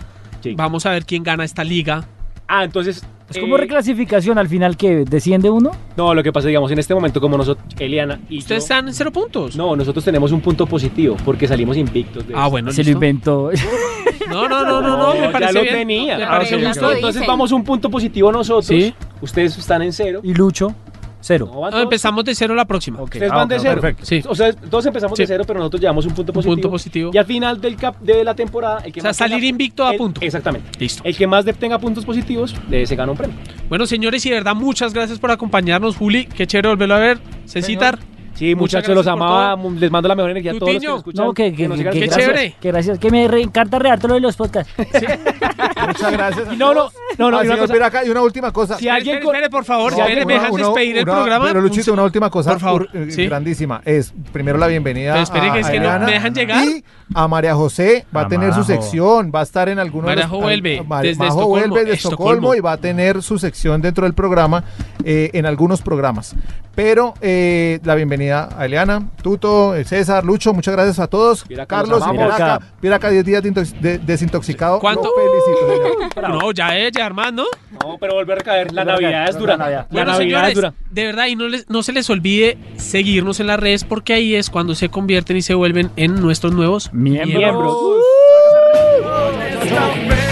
Sí. vamos a ver quién gana esta liga. Ah, entonces. Es como eh, reclasificación al final que desciende uno. No, lo que pasa, digamos, en este momento, como nosotros, Eliana y Ustedes yo- están en cero puntos. No, nosotros tenemos un punto positivo porque salimos invictos. De Ah, esto. bueno, se lo listo. inventó. No, no, no, no, no, me ya parece lo bien. tenía. Me Ah, parece ok, justo. ok. Entonces dicen. vamos un punto positivo nosotros. Sí. Ustedes están en cero. Y Lucho, cero. No, van No, todos- empezamos de cero la próxima. Ok. Ustedes Ah, van ok, de cero. perfecto. Sí. O sea, todos empezamos de Sí. cero, pero nosotros llevamos un punto Un positivo. punto positivo. Y al final del cap de la temporada, el que O sea, más tenga- salir invicto a el- punto. Exactamente. Listo. El que más de- tenga puntos positivos eh, se gana un premio. Bueno, señores, y de verdad, muchas gracias por acompañarnos, Juli. Qué chévere volverlo a ver. Cecitar, Sí, Muchas muchachos, los gracias por amaba. mu- Les mando la mejor energía a todos los que Tutiño. nos escuchan. no, que, que, nos que sigan qué gracias, escuchando. chévere. Que gracias, que me re- encanta rearte lo de los podcasts. Muchas gracias. a No, no, todos. no, no, y una Ah, señor cosa- Piraca, y una última cosa. Si alguien espere, con- espere, por favor, No, espere, me una- dejan una- despedir el una- programa. Pero Luchito, una última cosa Por favor, ur- eh, sí. grandísima. Es primero la bienvenida Pero espere a, que es que no Ariana me dejan llegar. Y a María José va a tener su Amajo. sección, va a estar en alguno de María los... Jo vuelve a- Mar- desde Majo Estocolmo, vuelve de Estocolmo. Estocolmo. y va a tener su sección dentro del programa eh, en algunos programas. Pero eh, la bienvenida a Eliana, Tuto, eh, César, Lucho, muchas gracias a todos. Piraca, los Carlos, amamos. Piraca, Piraca 10 días de intox- de- desintoxicado. ¿Cuánto? Lo felicito, señor. No, ya es, ya, hermano. No, pero volver a caer. La Navidad es dura. La Navidad, Bueno, es señores, dura. de verdad, y no, les- no se les olvide seguirnos en las redes porque ahí es cuando se convierten y se vuelven en nuestros nuevos Miembros. miembros. Miembros. Esta vez